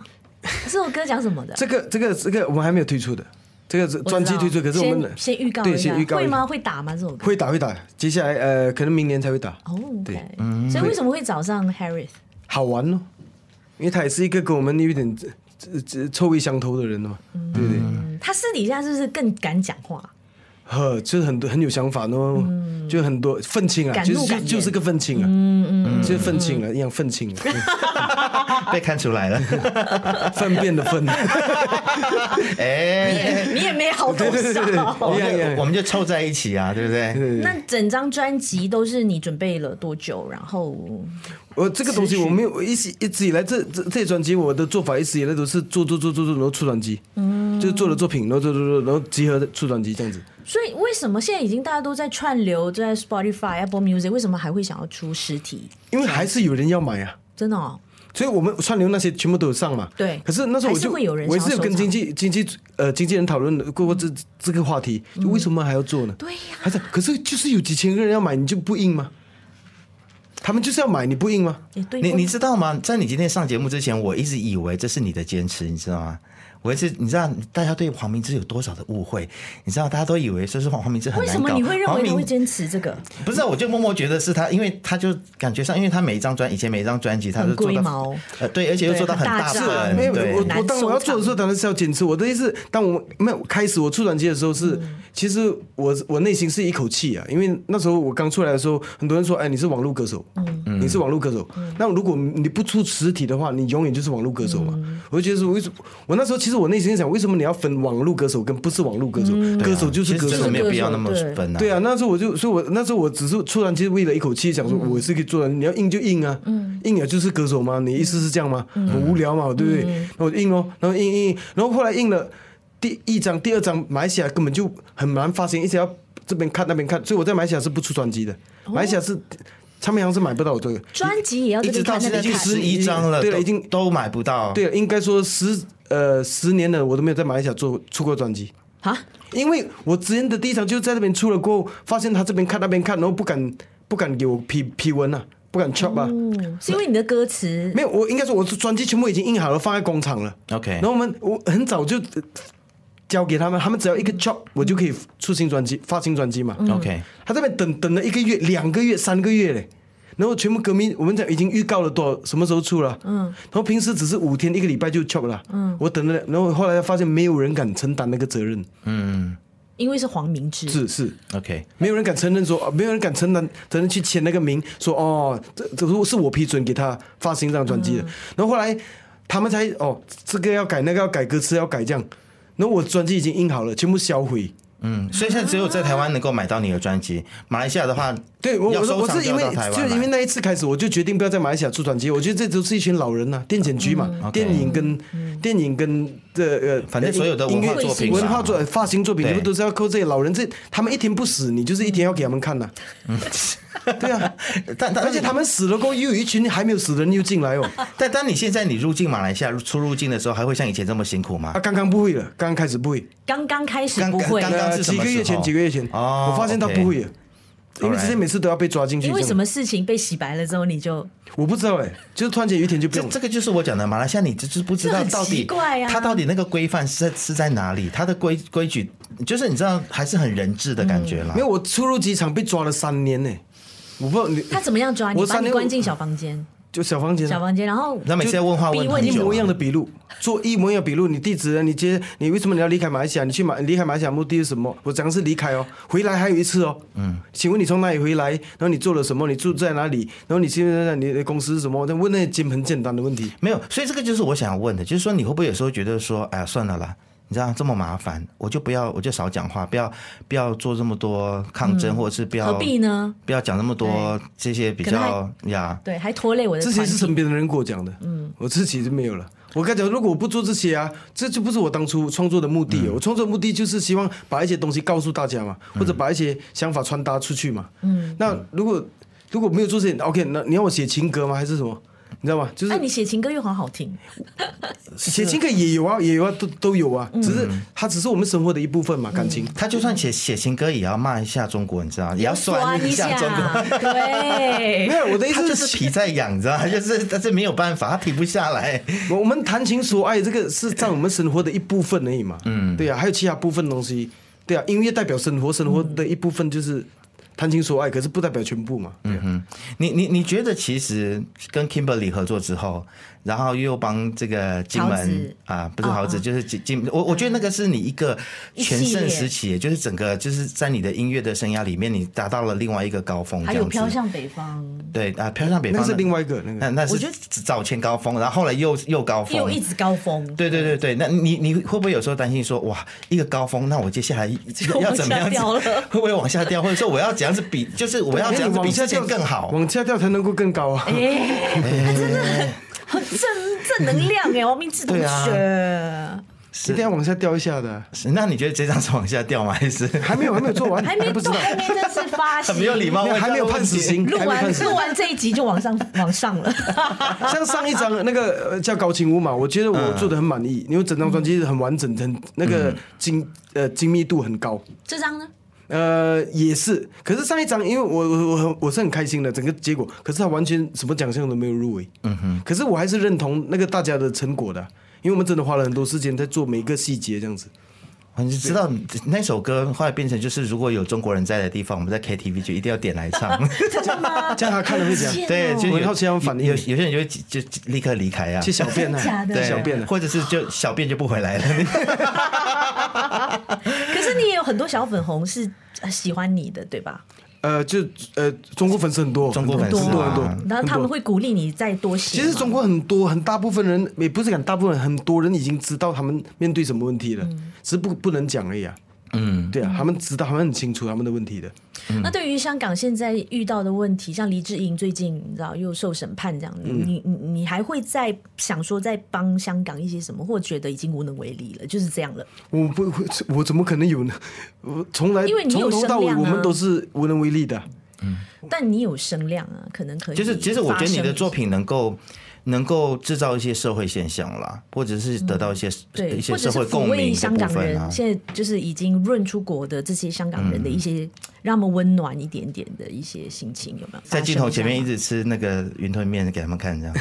[SPEAKER 2] 这 首歌讲什么的？
[SPEAKER 3] 这个这个这个我们还没有推出的，这个是
[SPEAKER 2] 我知道
[SPEAKER 3] 专辑推出，可是我们的
[SPEAKER 2] 先先预告
[SPEAKER 3] 对，
[SPEAKER 2] 一下
[SPEAKER 3] 先预告一
[SPEAKER 2] 会
[SPEAKER 3] 下
[SPEAKER 2] 吗？会打吗？这首歌？
[SPEAKER 3] 会打会打，接下来呃，可能明年才会打。
[SPEAKER 2] 哦，OK，
[SPEAKER 3] 对
[SPEAKER 2] 所以为什么会找上 Harris？
[SPEAKER 3] 好玩哦，因为他也是一个跟我们有点这这臭味相投的人嘛，对不对？
[SPEAKER 2] 嗯他私底下是不是更敢讲 话？
[SPEAKER 3] 呵，就是很多很有想法哦，就很多愤青啊，
[SPEAKER 2] 敢
[SPEAKER 3] 就
[SPEAKER 2] 怒
[SPEAKER 3] 是就
[SPEAKER 2] 敢言
[SPEAKER 3] 就是个愤青啊，嗯嗯，就是愤青了，一样愤青了，
[SPEAKER 1] 被看出来 了，
[SPEAKER 3] 粪便的啊 粪，
[SPEAKER 2] 你
[SPEAKER 1] 哎、
[SPEAKER 2] 也你也没好多
[SPEAKER 3] 对对对
[SPEAKER 2] 少。
[SPEAKER 1] 我们
[SPEAKER 3] 对一样一
[SPEAKER 1] 就
[SPEAKER 3] 样
[SPEAKER 1] 我们就凑在一起啊，对不对？
[SPEAKER 2] 那整张专辑都是你准备了多久？然后
[SPEAKER 3] 我这个东西我没有，我一直一直以来这这这些专辑我的做法一直以来都是做做做做做，然后出专辑，嗯，就是做了作品，然后做做做，然后集合出专辑这样子。
[SPEAKER 2] 所以为什么现在已经大家都在串流，都在 Spotify、Apple Music，为什么还会想要出实体？
[SPEAKER 3] 因为还是有人要买啊，
[SPEAKER 2] 真的哦，
[SPEAKER 3] 所以我们串流那些全部都有上嘛。
[SPEAKER 2] 对
[SPEAKER 3] 可是那时候我
[SPEAKER 2] 还是
[SPEAKER 3] 就
[SPEAKER 2] 会有人
[SPEAKER 3] 我也是有
[SPEAKER 2] 想要
[SPEAKER 3] 跟
[SPEAKER 2] 收藏嗯
[SPEAKER 3] 经纪经纪呃经纪人讨论过过这这个话题，就为什么还要做呢？
[SPEAKER 2] 对呀
[SPEAKER 3] 还是可是就是有几千个人要买，你就不硬吗？他们就是要买，你不硬吗？
[SPEAKER 2] 也哎对，
[SPEAKER 1] 你你知道吗？在你今天上节目之前，我一直以为这是你的坚持，你知道吗？我一直你知道大家对黄明志有多少的误会？你知道大家都以为说是黄明志很
[SPEAKER 2] 为
[SPEAKER 1] 难搞，
[SPEAKER 2] 什么你会认
[SPEAKER 1] 黄
[SPEAKER 2] 为
[SPEAKER 1] 明
[SPEAKER 2] 他会坚持这个？
[SPEAKER 1] 不是啊，我就默默觉得是他，因为他就感觉上，因为他每一张专以前每一张专辑，他都
[SPEAKER 2] 很
[SPEAKER 1] 做
[SPEAKER 2] 龟
[SPEAKER 1] 到
[SPEAKER 2] 毛，
[SPEAKER 1] 呃，对，而且又
[SPEAKER 2] 对
[SPEAKER 1] 做到
[SPEAKER 2] 很大
[SPEAKER 1] 大
[SPEAKER 2] 张
[SPEAKER 1] 份，
[SPEAKER 2] 嗯
[SPEAKER 3] 没有，
[SPEAKER 1] 啊对
[SPEAKER 3] 我我
[SPEAKER 2] 难
[SPEAKER 3] 当
[SPEAKER 2] 收
[SPEAKER 3] 我要做的时候，当然是要坚持。我的意思，当我没有开始我出专辑的时候是，
[SPEAKER 2] 嗯
[SPEAKER 3] 其实我我内心是一口气啊，因为那时候我刚出来的时候，很多人说，哎，你是网络歌手，
[SPEAKER 2] 嗯
[SPEAKER 1] 嗯
[SPEAKER 3] 你是网络歌手。那如果你不出实体的话，你永远就是网络歌手嘛。
[SPEAKER 2] 嗯
[SPEAKER 3] 我就觉得说，为什么？我那时候其实我内心在想，为什么你要分网络歌手跟不是网络歌手？
[SPEAKER 2] 嗯
[SPEAKER 3] 歌手就是
[SPEAKER 1] 啊其实
[SPEAKER 3] 歌
[SPEAKER 1] 真
[SPEAKER 3] 手
[SPEAKER 1] 的
[SPEAKER 2] 嘛
[SPEAKER 1] 没有必要那么
[SPEAKER 2] 对
[SPEAKER 1] 分啊。
[SPEAKER 3] 对啊，那时候我就，所以我那时候我只是突然间为了一口气想说，我是可以做的，你要硬就硬啊，硬了就是歌手嘛，你意思是这样吗？很无聊嘛，对不对？那我就硬哦，然后硬硬，硬，然后后来硬了第一张、第二张，马来西亚根本就很难发行，一直要这边看那边看，所以我在马来西亚是不出专辑的，马来西亚是唱片行是买不到我这个。
[SPEAKER 2] 专辑也要
[SPEAKER 1] 一
[SPEAKER 2] 这
[SPEAKER 1] 直
[SPEAKER 2] 边
[SPEAKER 1] 到
[SPEAKER 2] 看
[SPEAKER 1] 现在
[SPEAKER 2] 那
[SPEAKER 1] 已
[SPEAKER 2] 边
[SPEAKER 1] 经
[SPEAKER 2] 看，
[SPEAKER 1] 十一张了，
[SPEAKER 3] 对了
[SPEAKER 1] 都
[SPEAKER 3] 已经
[SPEAKER 1] 都买不到。
[SPEAKER 3] 对，应该说十呃十年了，我都没有在马来西亚做出过专辑。
[SPEAKER 2] 啊，
[SPEAKER 3] 因为我之前的第一场就是在那边出了过后，发现他这边看那边看，然后不敢不敢给我批批文啊，不敢 chop 啊。
[SPEAKER 2] 嗯，是因为你的歌词
[SPEAKER 3] 没有，我应该说我是专辑全部已经印好了，放在工厂了。
[SPEAKER 1] OK
[SPEAKER 3] 然后我们我很早就呃交给他们，他们只要一个 chop，我就可以出新专辑、发新专辑嘛。
[SPEAKER 2] 嗯
[SPEAKER 1] ，OK，
[SPEAKER 3] 他这边等等了一个月、两个月、三个月嘞，然后全部歌迷我们讲已经预告了多少什么时候出了，嗯，然后平时只是五天一个礼拜就 chop 了，嗯，我等了，然后后来发现没有人敢承担那个责任，
[SPEAKER 2] 因为是黄明志，
[SPEAKER 3] 是是，
[SPEAKER 1] OK，
[SPEAKER 3] 没有人敢承认说，啊没有人敢承担承认去签那个名，说哦，这这是我是我批准给他发行这张专
[SPEAKER 1] 嗯
[SPEAKER 3] 辑的。然后后来他们才哦，这个要改，那个要改，歌词要改这样。然后我专辑已经印好了，全部销毁。
[SPEAKER 1] 嗯，所以现在只有在台湾能够买到你的专辑，马来西亚的话，
[SPEAKER 3] 对我
[SPEAKER 1] 要
[SPEAKER 3] 我
[SPEAKER 1] 收
[SPEAKER 3] 我
[SPEAKER 1] 藏
[SPEAKER 3] 是
[SPEAKER 1] 就
[SPEAKER 3] 因
[SPEAKER 1] 要
[SPEAKER 3] 为
[SPEAKER 1] 到台
[SPEAKER 3] 就
[SPEAKER 1] 湾
[SPEAKER 3] 因为
[SPEAKER 1] 买。
[SPEAKER 3] 那一次开始，我就决定不要在马来西亚出专辑。我觉得这都是一群老人呐、啊，电检局嘛，电影跟、电影跟这呃，
[SPEAKER 1] 嗯反正所有的
[SPEAKER 3] 音
[SPEAKER 1] 文化
[SPEAKER 3] 乐
[SPEAKER 1] 作品
[SPEAKER 3] 文
[SPEAKER 1] 嘛
[SPEAKER 3] 化作发行作品，
[SPEAKER 1] 对
[SPEAKER 3] 你们都是要扣这些老人，这他们一天不死，你就是一天要给他们看呐、对啊，
[SPEAKER 1] 但但
[SPEAKER 3] 而且他们死了过后，又有一群还没有死的人又进来 哦。
[SPEAKER 1] 但但你现在你入境马来西亚出入境的时候，还会像以前这么辛苦吗
[SPEAKER 3] 啊，？刚刚不会了，刚刚开始不会。
[SPEAKER 2] 刚刚开始
[SPEAKER 1] 刚
[SPEAKER 2] 不会
[SPEAKER 1] 刚，刚
[SPEAKER 3] 呃
[SPEAKER 1] 是什
[SPEAKER 3] 几
[SPEAKER 1] 么
[SPEAKER 3] 个
[SPEAKER 1] 时
[SPEAKER 3] 月
[SPEAKER 1] 候
[SPEAKER 3] 前，几个月前，
[SPEAKER 1] 哦
[SPEAKER 3] 我发现他
[SPEAKER 1] OK
[SPEAKER 3] 不会了，因为之
[SPEAKER 1] Alright
[SPEAKER 3] 前每次都要被抓进去。
[SPEAKER 2] 因为什
[SPEAKER 3] 么？
[SPEAKER 2] 么事情被洗白了之后，你就
[SPEAKER 3] 我不知道哎，就是突然间有一天就不
[SPEAKER 1] 这
[SPEAKER 3] 用了。
[SPEAKER 1] 这个就是我讲的，马来西亚你就是不知
[SPEAKER 2] 这
[SPEAKER 1] 道
[SPEAKER 2] 很
[SPEAKER 1] 到底
[SPEAKER 2] 奇怪啊
[SPEAKER 1] 它到底那个规范是在是在哪里，它的规规矩就是你知道还是很人质的感觉
[SPEAKER 2] 嗯
[SPEAKER 1] 啦。
[SPEAKER 3] 没有，我出入机场被抓了三年呢，我不知道你
[SPEAKER 2] 他怎么样抓你，
[SPEAKER 3] 我
[SPEAKER 2] 把
[SPEAKER 3] 三
[SPEAKER 2] 你
[SPEAKER 3] 年
[SPEAKER 2] 关进小房间，
[SPEAKER 3] 就小房间啊
[SPEAKER 2] 小房间，然后
[SPEAKER 1] 那每次要问话
[SPEAKER 2] 逼
[SPEAKER 1] 问
[SPEAKER 2] 问
[SPEAKER 1] 很
[SPEAKER 2] 你
[SPEAKER 3] 一
[SPEAKER 1] 久
[SPEAKER 3] 模
[SPEAKER 1] 啊
[SPEAKER 3] 一样的笔录，做一模一样的笔录，你地址啊，你接你为什么你要离开马来西亚？你去马离开马来西亚目的是什么？我讲的是离开哦，回来还有一次哦。嗯，请问你从哪里回来？然后你做了什么？你住在哪里？然后你现在在你的公司是什么？但问那些简很简单的问题。
[SPEAKER 1] 没有，所以这个就是我想问的，就是说你会不会有时候觉得说，哎呀，算了啦，你知道这么麻烦，我就不要，我就少讲话，不要不要做这么多抗
[SPEAKER 2] 嗯
[SPEAKER 1] 争，或者是不要
[SPEAKER 2] 何必呢？
[SPEAKER 1] 不要讲那么多这些比
[SPEAKER 2] 可能
[SPEAKER 1] 较呀。
[SPEAKER 2] 对，还拖累我的
[SPEAKER 3] 这
[SPEAKER 2] 团体。
[SPEAKER 3] 些是身边的人跟我讲的，嗯，我自己就没有了。我跟他讲，如果我不做这些啊，这就不是我当初创作的目的。哦我创作的目的就是希望把一些东西告诉大家嘛，或者把一些想法传达出去嘛。嗯，那如果如果没有做这些，OK，那你要我写情歌吗？还是什么？你知道吗？就是
[SPEAKER 2] 哎，你写情歌又很好听，
[SPEAKER 3] 写情歌也有啊，也有啊，都都有啊，只是它只是我们生活的一部分嘛，感情。
[SPEAKER 1] 他就算写写情歌，也要骂一下中国，你知道，也要酸
[SPEAKER 2] 一
[SPEAKER 1] 下中 国。
[SPEAKER 3] 没
[SPEAKER 2] 对，
[SPEAKER 3] 有，我的意
[SPEAKER 1] 他
[SPEAKER 3] 思
[SPEAKER 1] 就是皮在痒，你知道，他就是他是没有办法，他停不下来。
[SPEAKER 3] 我我们谈情说爱这个是占我们生活的一部分而已嘛。嗯，对呀、还有其他部分东西，对呀、音乐代表生活，生活的一部分就是谈情说爱，可是不代表全部嘛。
[SPEAKER 1] 嗯
[SPEAKER 3] 对啊、
[SPEAKER 1] 你你你觉得其实跟 Kimberly 合作之后，然后又帮这个金
[SPEAKER 2] 桃
[SPEAKER 1] 门
[SPEAKER 2] 子
[SPEAKER 1] 啊，不是
[SPEAKER 2] 哦
[SPEAKER 1] 桃子，
[SPEAKER 2] 哦
[SPEAKER 1] 就是金金，我我觉得那个是你一个全盛时
[SPEAKER 2] 嗯一
[SPEAKER 1] 期，就是整个就是在你的音乐的生涯里面，你达到了另外一个高峰，
[SPEAKER 2] 还
[SPEAKER 1] 这
[SPEAKER 2] 有
[SPEAKER 1] 样
[SPEAKER 2] 飘
[SPEAKER 1] 子。
[SPEAKER 2] 向北方，
[SPEAKER 1] 对啊，飘向北
[SPEAKER 3] 那
[SPEAKER 1] 方
[SPEAKER 3] 是
[SPEAKER 1] 的
[SPEAKER 3] 另外一个那
[SPEAKER 1] 那
[SPEAKER 3] 个。
[SPEAKER 1] 那是
[SPEAKER 2] 我觉得
[SPEAKER 1] 早前高峰，然后后来又又高峰，
[SPEAKER 2] 又一直 高峰。
[SPEAKER 1] 对对对对，那你你会不会有时候担心说，哇，一个高峰，那我接下来
[SPEAKER 2] 往
[SPEAKER 1] 要怎么样
[SPEAKER 2] 下掉
[SPEAKER 1] 子
[SPEAKER 2] 了，
[SPEAKER 1] 会不会往下掉，或者说我要怎样子比，就是我要
[SPEAKER 3] 哎
[SPEAKER 1] 怎样
[SPEAKER 3] 你
[SPEAKER 1] 子比
[SPEAKER 3] 往
[SPEAKER 1] 之
[SPEAKER 3] 下掉
[SPEAKER 1] 前更好？哎
[SPEAKER 3] 往下掉才能够更高啊！
[SPEAKER 2] 哎哎，他真的很很正正能量哎，王明志同
[SPEAKER 1] 对啊
[SPEAKER 2] 学，
[SPEAKER 3] 一定要往下掉一下的。啊
[SPEAKER 1] 是那你觉得这张是往下掉吗？还 是
[SPEAKER 3] 还没有，还没有做完，哎
[SPEAKER 2] 还没
[SPEAKER 3] 不知
[SPEAKER 2] 动，
[SPEAKER 3] 道，
[SPEAKER 2] 还没正式 发行，
[SPEAKER 1] 很没有礼貌
[SPEAKER 3] 没有
[SPEAKER 1] 问这
[SPEAKER 3] 还
[SPEAKER 1] 样
[SPEAKER 3] 没有
[SPEAKER 1] 的问
[SPEAKER 3] 判死
[SPEAKER 1] 题
[SPEAKER 3] 刑，
[SPEAKER 2] 录
[SPEAKER 3] 还没有判
[SPEAKER 2] 完
[SPEAKER 3] 死
[SPEAKER 2] 录完这一集就往上往上了，
[SPEAKER 3] 像上一张那个呃叫《高清无码》，我觉得
[SPEAKER 1] 嗯
[SPEAKER 3] 我做的很满意，因为整张专辑很完整，很那个精呃精密度很高。
[SPEAKER 2] 这张呢？
[SPEAKER 3] 呃，也是，可是上一张，因为我我我很我是很开心的整个结果，可是他完全什么奖项都没有入围。嗯哼，可是我还是认同那个大家的成果的，因为我们真的花了很多时间在做每一个细节这样子。
[SPEAKER 1] 啊你知道那首歌后来变成就是，如果有中国人在的地方，我们在 KTV 就一定要点来 唱。
[SPEAKER 2] 真的吗？
[SPEAKER 3] 这样他看了会讲
[SPEAKER 2] 天哪
[SPEAKER 1] 对，就
[SPEAKER 3] 我
[SPEAKER 1] 有
[SPEAKER 3] 很好奇他们反应
[SPEAKER 1] 有有些人就会就就立刻离开啊
[SPEAKER 3] 去，小便
[SPEAKER 2] 真 假
[SPEAKER 3] 啊，
[SPEAKER 2] 的
[SPEAKER 3] 去
[SPEAKER 1] 对，
[SPEAKER 3] 小便啊。
[SPEAKER 1] 或者是就小便就不回来 了。
[SPEAKER 2] 可是你也有很多小粉红是呃喜欢你的，对吧？
[SPEAKER 3] 呃，就呃，中国粉丝很多，
[SPEAKER 1] 中国粉丝
[SPEAKER 3] 很多很
[SPEAKER 1] 啊
[SPEAKER 3] 多，
[SPEAKER 2] 然后
[SPEAKER 3] 很
[SPEAKER 2] 他
[SPEAKER 3] 多
[SPEAKER 2] 们会鼓励你再多写
[SPEAKER 3] 其
[SPEAKER 2] 嘛。
[SPEAKER 3] 实中国很多很大部分人，也不是讲大部分人，很多人已经知道他们面对什么问题了，
[SPEAKER 2] 嗯
[SPEAKER 3] 只是不不能讲而已啊。嗯，对啊，他们知道，他们很清楚他们的问题的。
[SPEAKER 1] 嗯
[SPEAKER 2] 那对于香港现在遇到的问题，像黎智英最近你知道又受审判这样，
[SPEAKER 1] 嗯
[SPEAKER 2] 你你你你还会再想说再帮香港一些什么，或觉得已经无能为力了，就是这样了。
[SPEAKER 3] 我不会，我怎么可能有呢？我从来
[SPEAKER 2] 因为你有
[SPEAKER 3] 从头到尾，
[SPEAKER 2] 声量啊
[SPEAKER 3] 我们都是无能为力的。
[SPEAKER 2] 但你有声量啊，可能可以。
[SPEAKER 1] 就是其实我觉得你的作，品能够能够制造一些社会现象啦，或者是得到一些、
[SPEAKER 2] 对，
[SPEAKER 1] 一些
[SPEAKER 2] 或
[SPEAKER 1] 社
[SPEAKER 2] 者是
[SPEAKER 1] 会
[SPEAKER 2] 抚
[SPEAKER 1] 共
[SPEAKER 2] 慰
[SPEAKER 1] 鸣的
[SPEAKER 2] 香
[SPEAKER 1] 部
[SPEAKER 2] 港
[SPEAKER 1] 分
[SPEAKER 2] 人，
[SPEAKER 1] 啊。
[SPEAKER 2] 现在就是已经润出国的这些香港人的一些，
[SPEAKER 1] 嗯
[SPEAKER 2] 让他们温暖一点点的一些心情，有没有？
[SPEAKER 1] 在镜头前面一
[SPEAKER 2] 直
[SPEAKER 1] 直吃那个云吞面给他们看，这样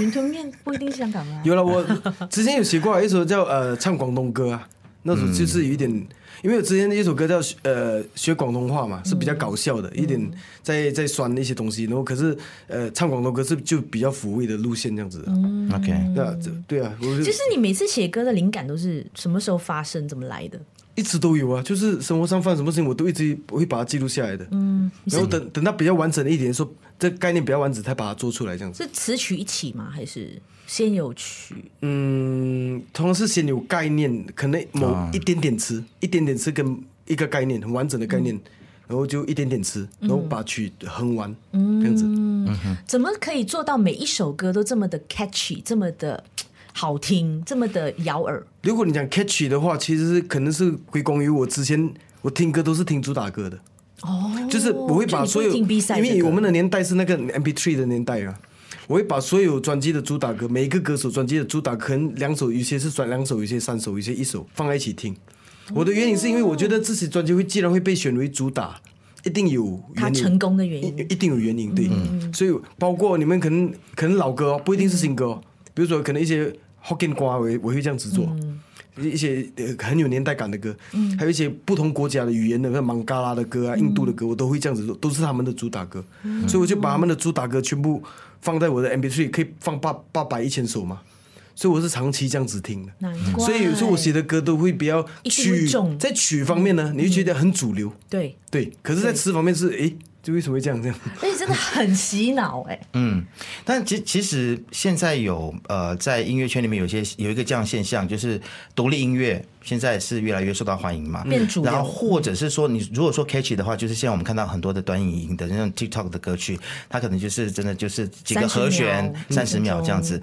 [SPEAKER 2] 云吞面不一定是香港啊，
[SPEAKER 3] 有了， 我之前有写过一首叫呃唱广东歌啊，那首就是有一点，因为我之前的一首歌叫呃学广东话嘛，是比较搞笑的，一点在在酸一些东西，然后可是呃唱广东歌是就比较抚慰的路线这样子的。
[SPEAKER 1] ，OK。
[SPEAKER 3] 对啊，这对啊，我
[SPEAKER 2] 就
[SPEAKER 3] 就是
[SPEAKER 2] 你每次写歌的灵感都是什么时候发生，怎么来的？
[SPEAKER 3] 一直都有啊，就是生活上犯什么事情，我都一直会把它记录下来的。嗯，然后等等到比较完整一点，说这概念比较完整，才把它做出来这样子。
[SPEAKER 2] 是词曲一起吗？还是先有曲？
[SPEAKER 3] 嗯，通常是先有概念，可能某一点点词，一点点词跟一个概念很完整的概念，然后就一点点词，然后把曲哼完，这样子。
[SPEAKER 2] 怎么可以做到每一首歌都这么的 catchy，这么的好听，这么的咬耳？
[SPEAKER 3] 如果你讲 catchy 的话，其实是可能是归功于我之前我听歌都是听主打歌的。
[SPEAKER 2] 哦，
[SPEAKER 3] 就是我会把所有，
[SPEAKER 2] 就你不会听 B 赛的
[SPEAKER 3] 因
[SPEAKER 2] 歌，
[SPEAKER 3] 为我们的年代是那个 MP3 的年代啊，我会把所有专辑的主打歌，每一个歌手专辑的主打歌，可能两首，有些是转两首，有些三首，有些一首，放在一起听。我的原因是因为我觉得这些专辑会既然会被选为主打，一定有
[SPEAKER 2] 它
[SPEAKER 3] 原因
[SPEAKER 2] 成功的原因
[SPEAKER 3] 一一定有原因，对。
[SPEAKER 2] 嗯
[SPEAKER 3] 所以包括你们可能可能老歌哦，不一定是新歌
[SPEAKER 2] 嗯
[SPEAKER 3] 哦，比如说可能一些 Hokkien 瓜，我也我会这样子做。
[SPEAKER 2] 嗯
[SPEAKER 3] 一些呃很有年代感的歌，还有一些不同国家的语言的，像孟加拉的
[SPEAKER 2] 嗯
[SPEAKER 3] 歌啊、印度的歌，我都会这样子做，都是他们的主打歌，所以我就把他们的主打歌全部放在我的 MP3，可以放八八百一千首嘛，所以我是长期这样子听的。
[SPEAKER 2] 难怪，
[SPEAKER 3] 所以有时候我写的歌都会比较
[SPEAKER 2] 一定会
[SPEAKER 3] 曲
[SPEAKER 2] 中，
[SPEAKER 3] 在曲方面呢，你就觉得很主流，
[SPEAKER 2] 对，
[SPEAKER 3] 对。可是，在词方面是，诶，这为什么会这样这样？
[SPEAKER 2] 而且真的很洗脑 哎、
[SPEAKER 1] 嗯，但其其实现在有呃，在音乐圈里面有些有一个这样的现象，就是独立音乐现在是越来越受到欢迎嘛，
[SPEAKER 2] 嗯变主流
[SPEAKER 1] 然后或者是说，你如果说 catchy 的话，就是现在我们看到很多的短影音的那种 TikTok 的歌曲，它可能就是真的就是几个
[SPEAKER 2] 30
[SPEAKER 1] 和弦
[SPEAKER 2] 秒
[SPEAKER 1] 嗯三十嗯秒这样子。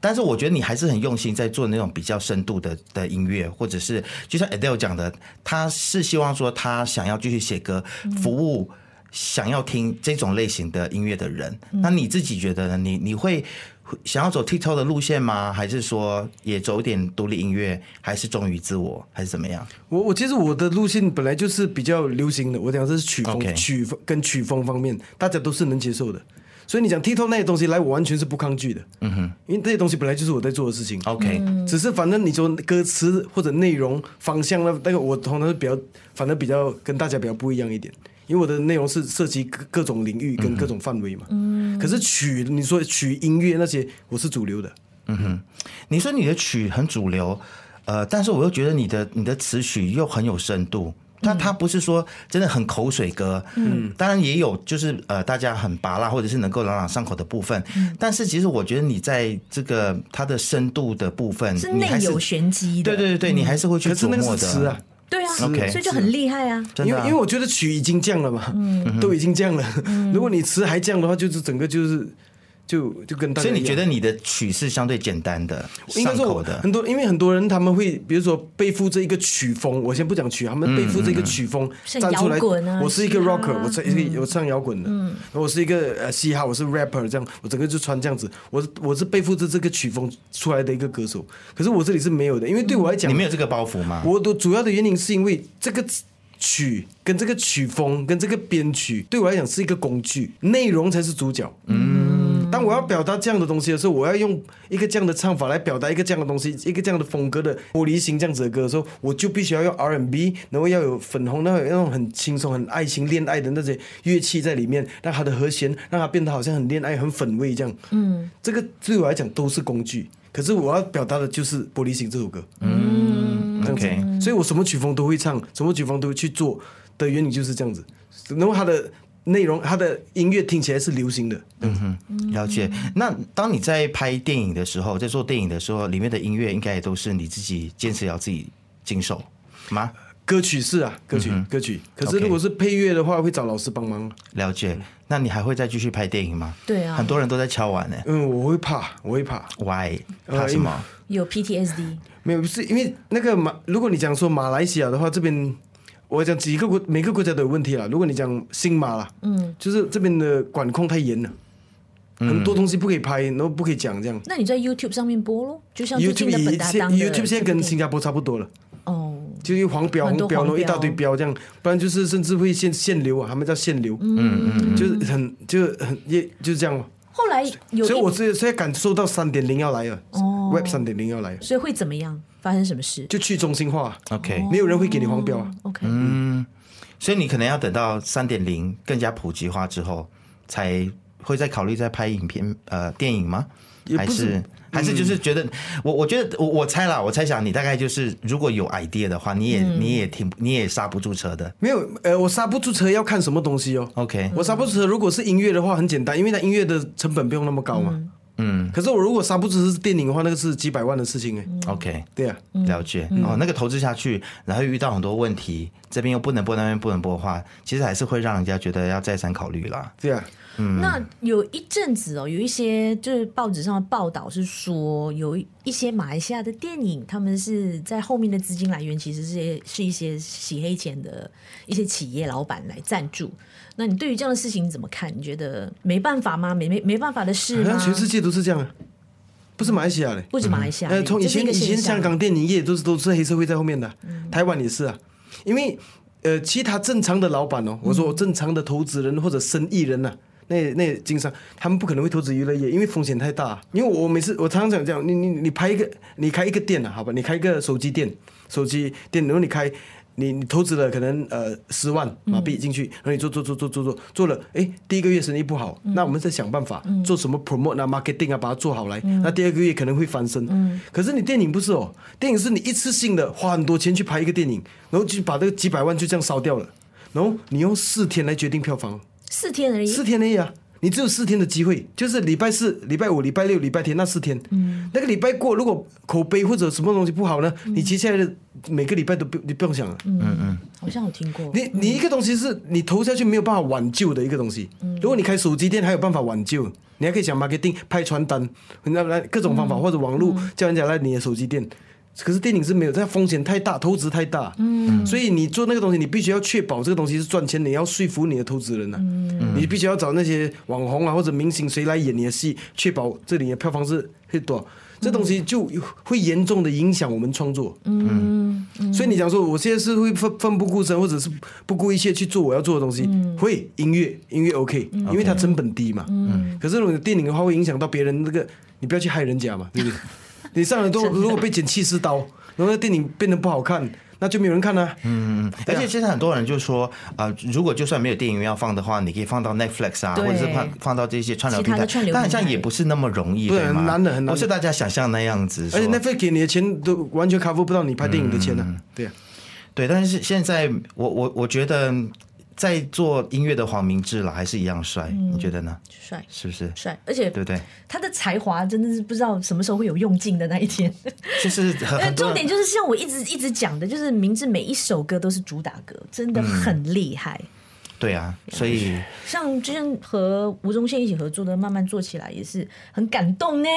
[SPEAKER 1] 但是我觉得你还是很用心在做那种比较深度的的音乐，或者是就像 Adele 讲的，他是希望说他想要继续写歌，服务想要听这种类型的音乐的人。那你自己觉得呢？你你会想要走 TikTok 的路线吗？还是说也走一点独立音乐？还是忠于自我？还是怎么样？
[SPEAKER 3] 我我其实我的路线本来就是比较流行的，我讲这是曲风
[SPEAKER 1] OK
[SPEAKER 3] 曲风跟曲风方面，大家都是能接受的。所以你讲 TikTok 那些东西来，我完全是不抗拒的。嗯哼，因为这些东西本来就是我在做的事情。
[SPEAKER 1] OK，、
[SPEAKER 3] 只是反正你说歌词或者内容方向呢，那个我通常是比较，反正比较跟大家比较不一样一点，因为我的内容是涉及各各种领域跟各种范围嘛。嗯。可是曲，你说曲音乐那些，我是主流的。
[SPEAKER 1] 你说你的曲很主流，呃，但是我又觉得你的你的词曲又很有深度。但它不是说真的很口水歌，嗯，当然也有就是呃大家很拔辣或者是能够朗朗上口的部分，
[SPEAKER 2] 嗯
[SPEAKER 1] 但是其实我觉得你在这个它的深度的部分，
[SPEAKER 2] 是
[SPEAKER 1] 你
[SPEAKER 2] 内
[SPEAKER 1] 还是
[SPEAKER 2] 有玄机的，嗯
[SPEAKER 1] 对对对，你还是会去
[SPEAKER 3] 可是
[SPEAKER 1] 琢
[SPEAKER 3] 那个
[SPEAKER 1] 磨
[SPEAKER 3] 是
[SPEAKER 1] 的。
[SPEAKER 3] 词啊。
[SPEAKER 2] 对啊
[SPEAKER 1] OK
[SPEAKER 2] 所以就很厉害啊。嗯
[SPEAKER 1] 真
[SPEAKER 3] 因
[SPEAKER 1] 的
[SPEAKER 3] 为
[SPEAKER 1] 啊、
[SPEAKER 3] 因为我觉得曲已经降了嘛，都已经降了。如果你词还降的话，就是整个就是就就跟大家
[SPEAKER 1] 所
[SPEAKER 3] 一
[SPEAKER 1] 以
[SPEAKER 3] 样。
[SPEAKER 1] 你觉得你的曲是相对简单的、
[SPEAKER 3] 应该
[SPEAKER 1] 上
[SPEAKER 3] 说
[SPEAKER 1] 口的？
[SPEAKER 3] 很多，因为很多人他们会，比如说背负着一个曲风，我先不讲曲，他
[SPEAKER 1] 嗯
[SPEAKER 3] 们背负着一个曲风
[SPEAKER 2] 像
[SPEAKER 3] 站出来
[SPEAKER 2] 摇滚啊。嗯
[SPEAKER 3] 我是一个
[SPEAKER 2] 嘻哈
[SPEAKER 3] rocker，我是一个我唱摇滚的，然后我是一个呃嘻哈，我是 rapper，这样我整个就穿这样子，我是我是背负着这个曲风出来的一个歌手。可是我这里是没有的，因为对我来讲啊
[SPEAKER 1] 你，没有这个包袱吗？
[SPEAKER 3] 我的主要的原因是因为这个曲跟这个曲风跟这个编曲对我来讲是一个工具，内容才是主角。嗯，当我要表达这样的东西的时候，我要用一个这样的唱法来表达一个这样的东西，一个这样的风格的玻璃心这样子的歌的时候，我就必须要用 R&B，然后要有粉红，那那种很轻松、很爱情、恋爱的那些乐器在里面，让它的和弦让它变得好像很恋爱、很粉味这样。嗯，这个对我来讲都是工具，可是我要表达的就是《玻璃心》这首歌。嗯这样子
[SPEAKER 1] OK
[SPEAKER 2] 嗯
[SPEAKER 3] 所以我什么曲风都会唱，什么曲风都会去做的原理就是这样子。然后它的内容，它的音乐听起来是流行的，嗯
[SPEAKER 2] 嗯
[SPEAKER 1] 了解。那当你在拍电影的时候，在做电影的时候，里面的音乐应该也都是你自己坚持要自己经手吗？
[SPEAKER 3] 歌曲是啊，歌曲、歌曲。可是
[SPEAKER 1] OK
[SPEAKER 3] 如果是配乐的话，会找老师帮忙。
[SPEAKER 1] 了解。那你还会再继续拍电影吗？
[SPEAKER 2] 嗯对啊
[SPEAKER 1] 很多人都在敲碗呢、
[SPEAKER 3] 嗯，我会怕，我会怕。
[SPEAKER 1] Why？怕
[SPEAKER 3] 呃
[SPEAKER 1] 什么？
[SPEAKER 2] 有 PTSD，
[SPEAKER 3] 没有，是因为那个马，如果你讲说马来西亚的话，这边我讲几个国，每个国家都有问题啦。如果你讲新马啦，嗯，就是这边的管控太严了，嗯很多东西不可以拍，然后不可以讲这样。
[SPEAKER 2] 那你在 YouTube 上面播咯，就像最近
[SPEAKER 3] YouTube
[SPEAKER 2] 的本
[SPEAKER 3] 也
[SPEAKER 2] 达
[SPEAKER 3] 现
[SPEAKER 2] 当的
[SPEAKER 3] YouTube 现在跟
[SPEAKER 2] 这
[SPEAKER 3] 新加坡差不多了。
[SPEAKER 2] 部哦，
[SPEAKER 3] 就是黄标、
[SPEAKER 2] 很多
[SPEAKER 3] 红标，然后
[SPEAKER 2] 黄
[SPEAKER 3] 一
[SPEAKER 2] 标
[SPEAKER 3] 大堆标这样，不然就是甚至会限限流啊，他们叫限流，嗯嗯，就是很就很也就是这样哦。
[SPEAKER 2] 后来有
[SPEAKER 3] 所以
[SPEAKER 2] 一哦
[SPEAKER 3] 我是现在感受到三点零要来了、w e b 三点零要来了，
[SPEAKER 2] 所以会怎么样？发生什么事
[SPEAKER 3] 就去中心化、
[SPEAKER 1] OK
[SPEAKER 2] 哦
[SPEAKER 3] 没有人会给你黄标啊。
[SPEAKER 2] ？OK，
[SPEAKER 1] 所以你可能要等到三点零更加普及化之后，才会再考虑再拍影片呃电影吗？
[SPEAKER 3] 也
[SPEAKER 1] 还
[SPEAKER 3] 不是嗯
[SPEAKER 1] 是还是就是觉得、我我觉得我我猜啦，我猜想你大概就是如果有 idea 的话，你也、
[SPEAKER 2] 嗯
[SPEAKER 1] 你也挺你也刹不住车的。
[SPEAKER 3] 没有，呃，我刹不住车要看什么东西
[SPEAKER 2] 嗯
[SPEAKER 3] 哦。
[SPEAKER 1] OK，
[SPEAKER 3] 我刹不住车，如果是音乐的话，很简单，因为它音乐的成本不用那么高嘛。嗯。可是我如果刹不住车是电影的话，那个是几百万的事情哎。
[SPEAKER 2] 嗯
[SPEAKER 1] OK，
[SPEAKER 3] 对啊，
[SPEAKER 1] 了解。哦，那个投资下去，然后遇到很多问题，这边又不能播，那边不能播的话，其实还是会让人家觉得要再三考虑啦。
[SPEAKER 3] 对啊，
[SPEAKER 2] 那有一阵子哦，有一些就是报纸上的报道是说，有一些马来西亚的电影，他们是在后面的资金来源其实是是一些洗黑钱的一些企业老板来赞助。那你对于这样的事情怎么看？你觉得没办法吗？没没没办法的事
[SPEAKER 3] 好
[SPEAKER 2] 吗
[SPEAKER 3] 像？全世界都是这样啊，不是马来西亚嘞。
[SPEAKER 2] 不止马来西亚，
[SPEAKER 3] 呃，从以
[SPEAKER 2] 这是一
[SPEAKER 3] 前
[SPEAKER 2] 个
[SPEAKER 3] 以前
[SPEAKER 2] 现象
[SPEAKER 3] 香港电影业都是都是黑社会在后面的，台湾也是啊，因为呃，其他正常的老板哦，我说正常的投资人或者生意人呐、啊那那经商，他们不可能会投资娱乐业，因为风险太大、因为我我每次我常常讲这样，你你你拍一个，你开一个店啊，好吧，你开一个手机店，手机店，然后你开，你你投资了可能呃十万马币进去，然后你做做做做做做做了，诶，第一个月生意不好，那我们再想办法做什么 promote 啊、marketing 啊，把它做好来，那第二个月可能会翻身。可是你电影不是哦，电影是你一次性的花很多钱去拍一个电影，然后就把这个几百万就这样烧掉了，然后你用四天来决定票房。
[SPEAKER 2] 四天而已，
[SPEAKER 3] 四天内啊，你只有四天的机会，就是礼拜四、礼拜五、礼拜六、礼拜天那四天。嗯，那个礼拜过，如果口碑或者什么东西不好呢，你接下来的每个礼拜都不你不用想了。
[SPEAKER 2] 嗯
[SPEAKER 3] 嗯
[SPEAKER 2] 好像有听过。
[SPEAKER 3] 你你一个东西是你投下去没有办法挽救的一个东西。如果你开手机店还有办法挽救，你还可以想 marketing 拍传单，那那各种方法、或者网络叫人家来你的手机店。可是电影是没有，它风险太大，投资太大，嗯，所以你做那个东西，你必须要确保这个东西是赚钱，你要说服你的投资人呐、你必须要找那些网红啊或者明星谁来演你的戏，确保这里的票房是会多少，这东西就会严重的影响我们创作，所以你讲说，我现在是会奋奋不顾身，或者是不顾一切去做我要做的东西，会音乐音乐 OK，因为它成本低嘛。可是如果你电影的话，会影响到别人那个，你不要去害人家嘛，对不对？你上来都如果被剪气势刀，然后那电影变得不好看，那就没有人看啊啦、
[SPEAKER 1] 嗯而
[SPEAKER 2] 啊
[SPEAKER 1] 且现在很多人就说，啊，如果就算没有电影院要放的话，你可以放到 Netflix 啊，
[SPEAKER 2] 对
[SPEAKER 1] 或者是放放到这些串流
[SPEAKER 2] 其
[SPEAKER 1] 平台
[SPEAKER 2] 他的串，流
[SPEAKER 1] 但好
[SPEAKER 2] 平台
[SPEAKER 1] 像也不是那么容易，
[SPEAKER 3] 对
[SPEAKER 1] 吗？
[SPEAKER 3] 很难的很难的
[SPEAKER 1] 不是大家想象那样子。
[SPEAKER 3] 而且
[SPEAKER 1] 说
[SPEAKER 3] 那份给你的钱都完全 cover 不到你拍电影的钱呢、啊，对啊。
[SPEAKER 1] 对，但是现在我我我觉得，在做音乐的黄明志啦，还是一样帅，
[SPEAKER 2] 嗯
[SPEAKER 1] 你觉得呢？
[SPEAKER 2] 帅
[SPEAKER 1] 是不是？
[SPEAKER 2] 帅，而且
[SPEAKER 1] 对不对？
[SPEAKER 2] 他的才华真的是不知道什么时候会有用尽的那一天。
[SPEAKER 1] 就是很
[SPEAKER 2] 呃，
[SPEAKER 1] 很多
[SPEAKER 2] 重
[SPEAKER 1] 人
[SPEAKER 2] 点就是像我一直一直讲的，就是明治每一首歌都是主打歌，真的很厉害。
[SPEAKER 1] 对啊，所
[SPEAKER 2] 嗯
[SPEAKER 1] 以
[SPEAKER 2] 像之前和吴宗宪一起合作的，慢慢做起来也是很感动呢。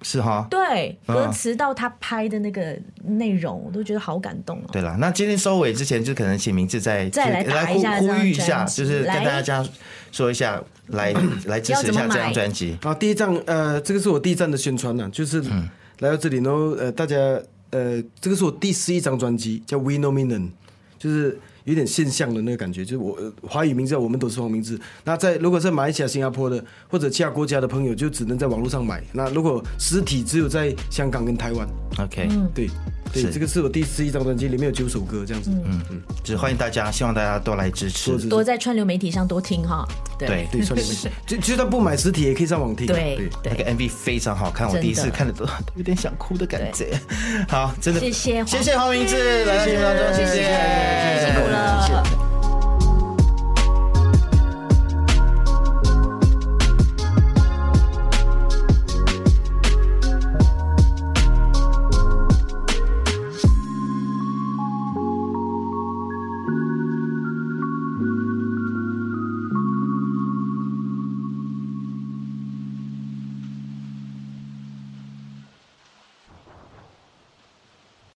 [SPEAKER 1] 是哈。
[SPEAKER 2] 对，
[SPEAKER 1] 嗯
[SPEAKER 2] 歌词到他拍的那个内容，我都觉得好感动哦。
[SPEAKER 1] 对啦，那今天收尾之前，就可能请明志再
[SPEAKER 2] 再来打
[SPEAKER 1] 呼
[SPEAKER 2] 一下这
[SPEAKER 1] 呼
[SPEAKER 2] 张
[SPEAKER 1] 吁一下，
[SPEAKER 2] 专辑
[SPEAKER 1] 就是跟
[SPEAKER 2] 来
[SPEAKER 1] 大家说一下，来来支
[SPEAKER 2] 要
[SPEAKER 1] 持一
[SPEAKER 2] 怎么
[SPEAKER 1] 下这张
[SPEAKER 2] 买
[SPEAKER 1] 专辑。
[SPEAKER 3] 啊，第一站，呃，这个是我第一站的宣传呢、就是来到这里，然后呃，大家呃，这个是我第十一张专辑，叫《We No m i n a n 就是有点现象的那个感觉，就是我呃华语名字叫我们都是黄明志。那在如果在马来西亚、新加坡的或者其他国家的朋友，就只能在网络上买。那如果实体只有在香港跟台湾，
[SPEAKER 1] OK，
[SPEAKER 3] 对对，
[SPEAKER 1] 是
[SPEAKER 3] 这个是我第十一张专辑，里面有九首歌这样子。嗯嗯，
[SPEAKER 1] 就是欢迎大家，希望大家都来支持
[SPEAKER 3] 多。支持
[SPEAKER 2] 多在串流媒体上多听哈。
[SPEAKER 1] 对，
[SPEAKER 3] 对，算是就就算不买实体也可以上网听。啊
[SPEAKER 2] 对
[SPEAKER 1] 那个
[SPEAKER 2] 对，
[SPEAKER 1] MV 非常好看，我
[SPEAKER 2] 真的
[SPEAKER 1] 第一次看的都有点想哭的感觉。好，真的，
[SPEAKER 2] 谢谢黄
[SPEAKER 1] 谢谢黄明志来到节目当中，谢谢，
[SPEAKER 2] 辛苦了。
[SPEAKER 3] 谢谢。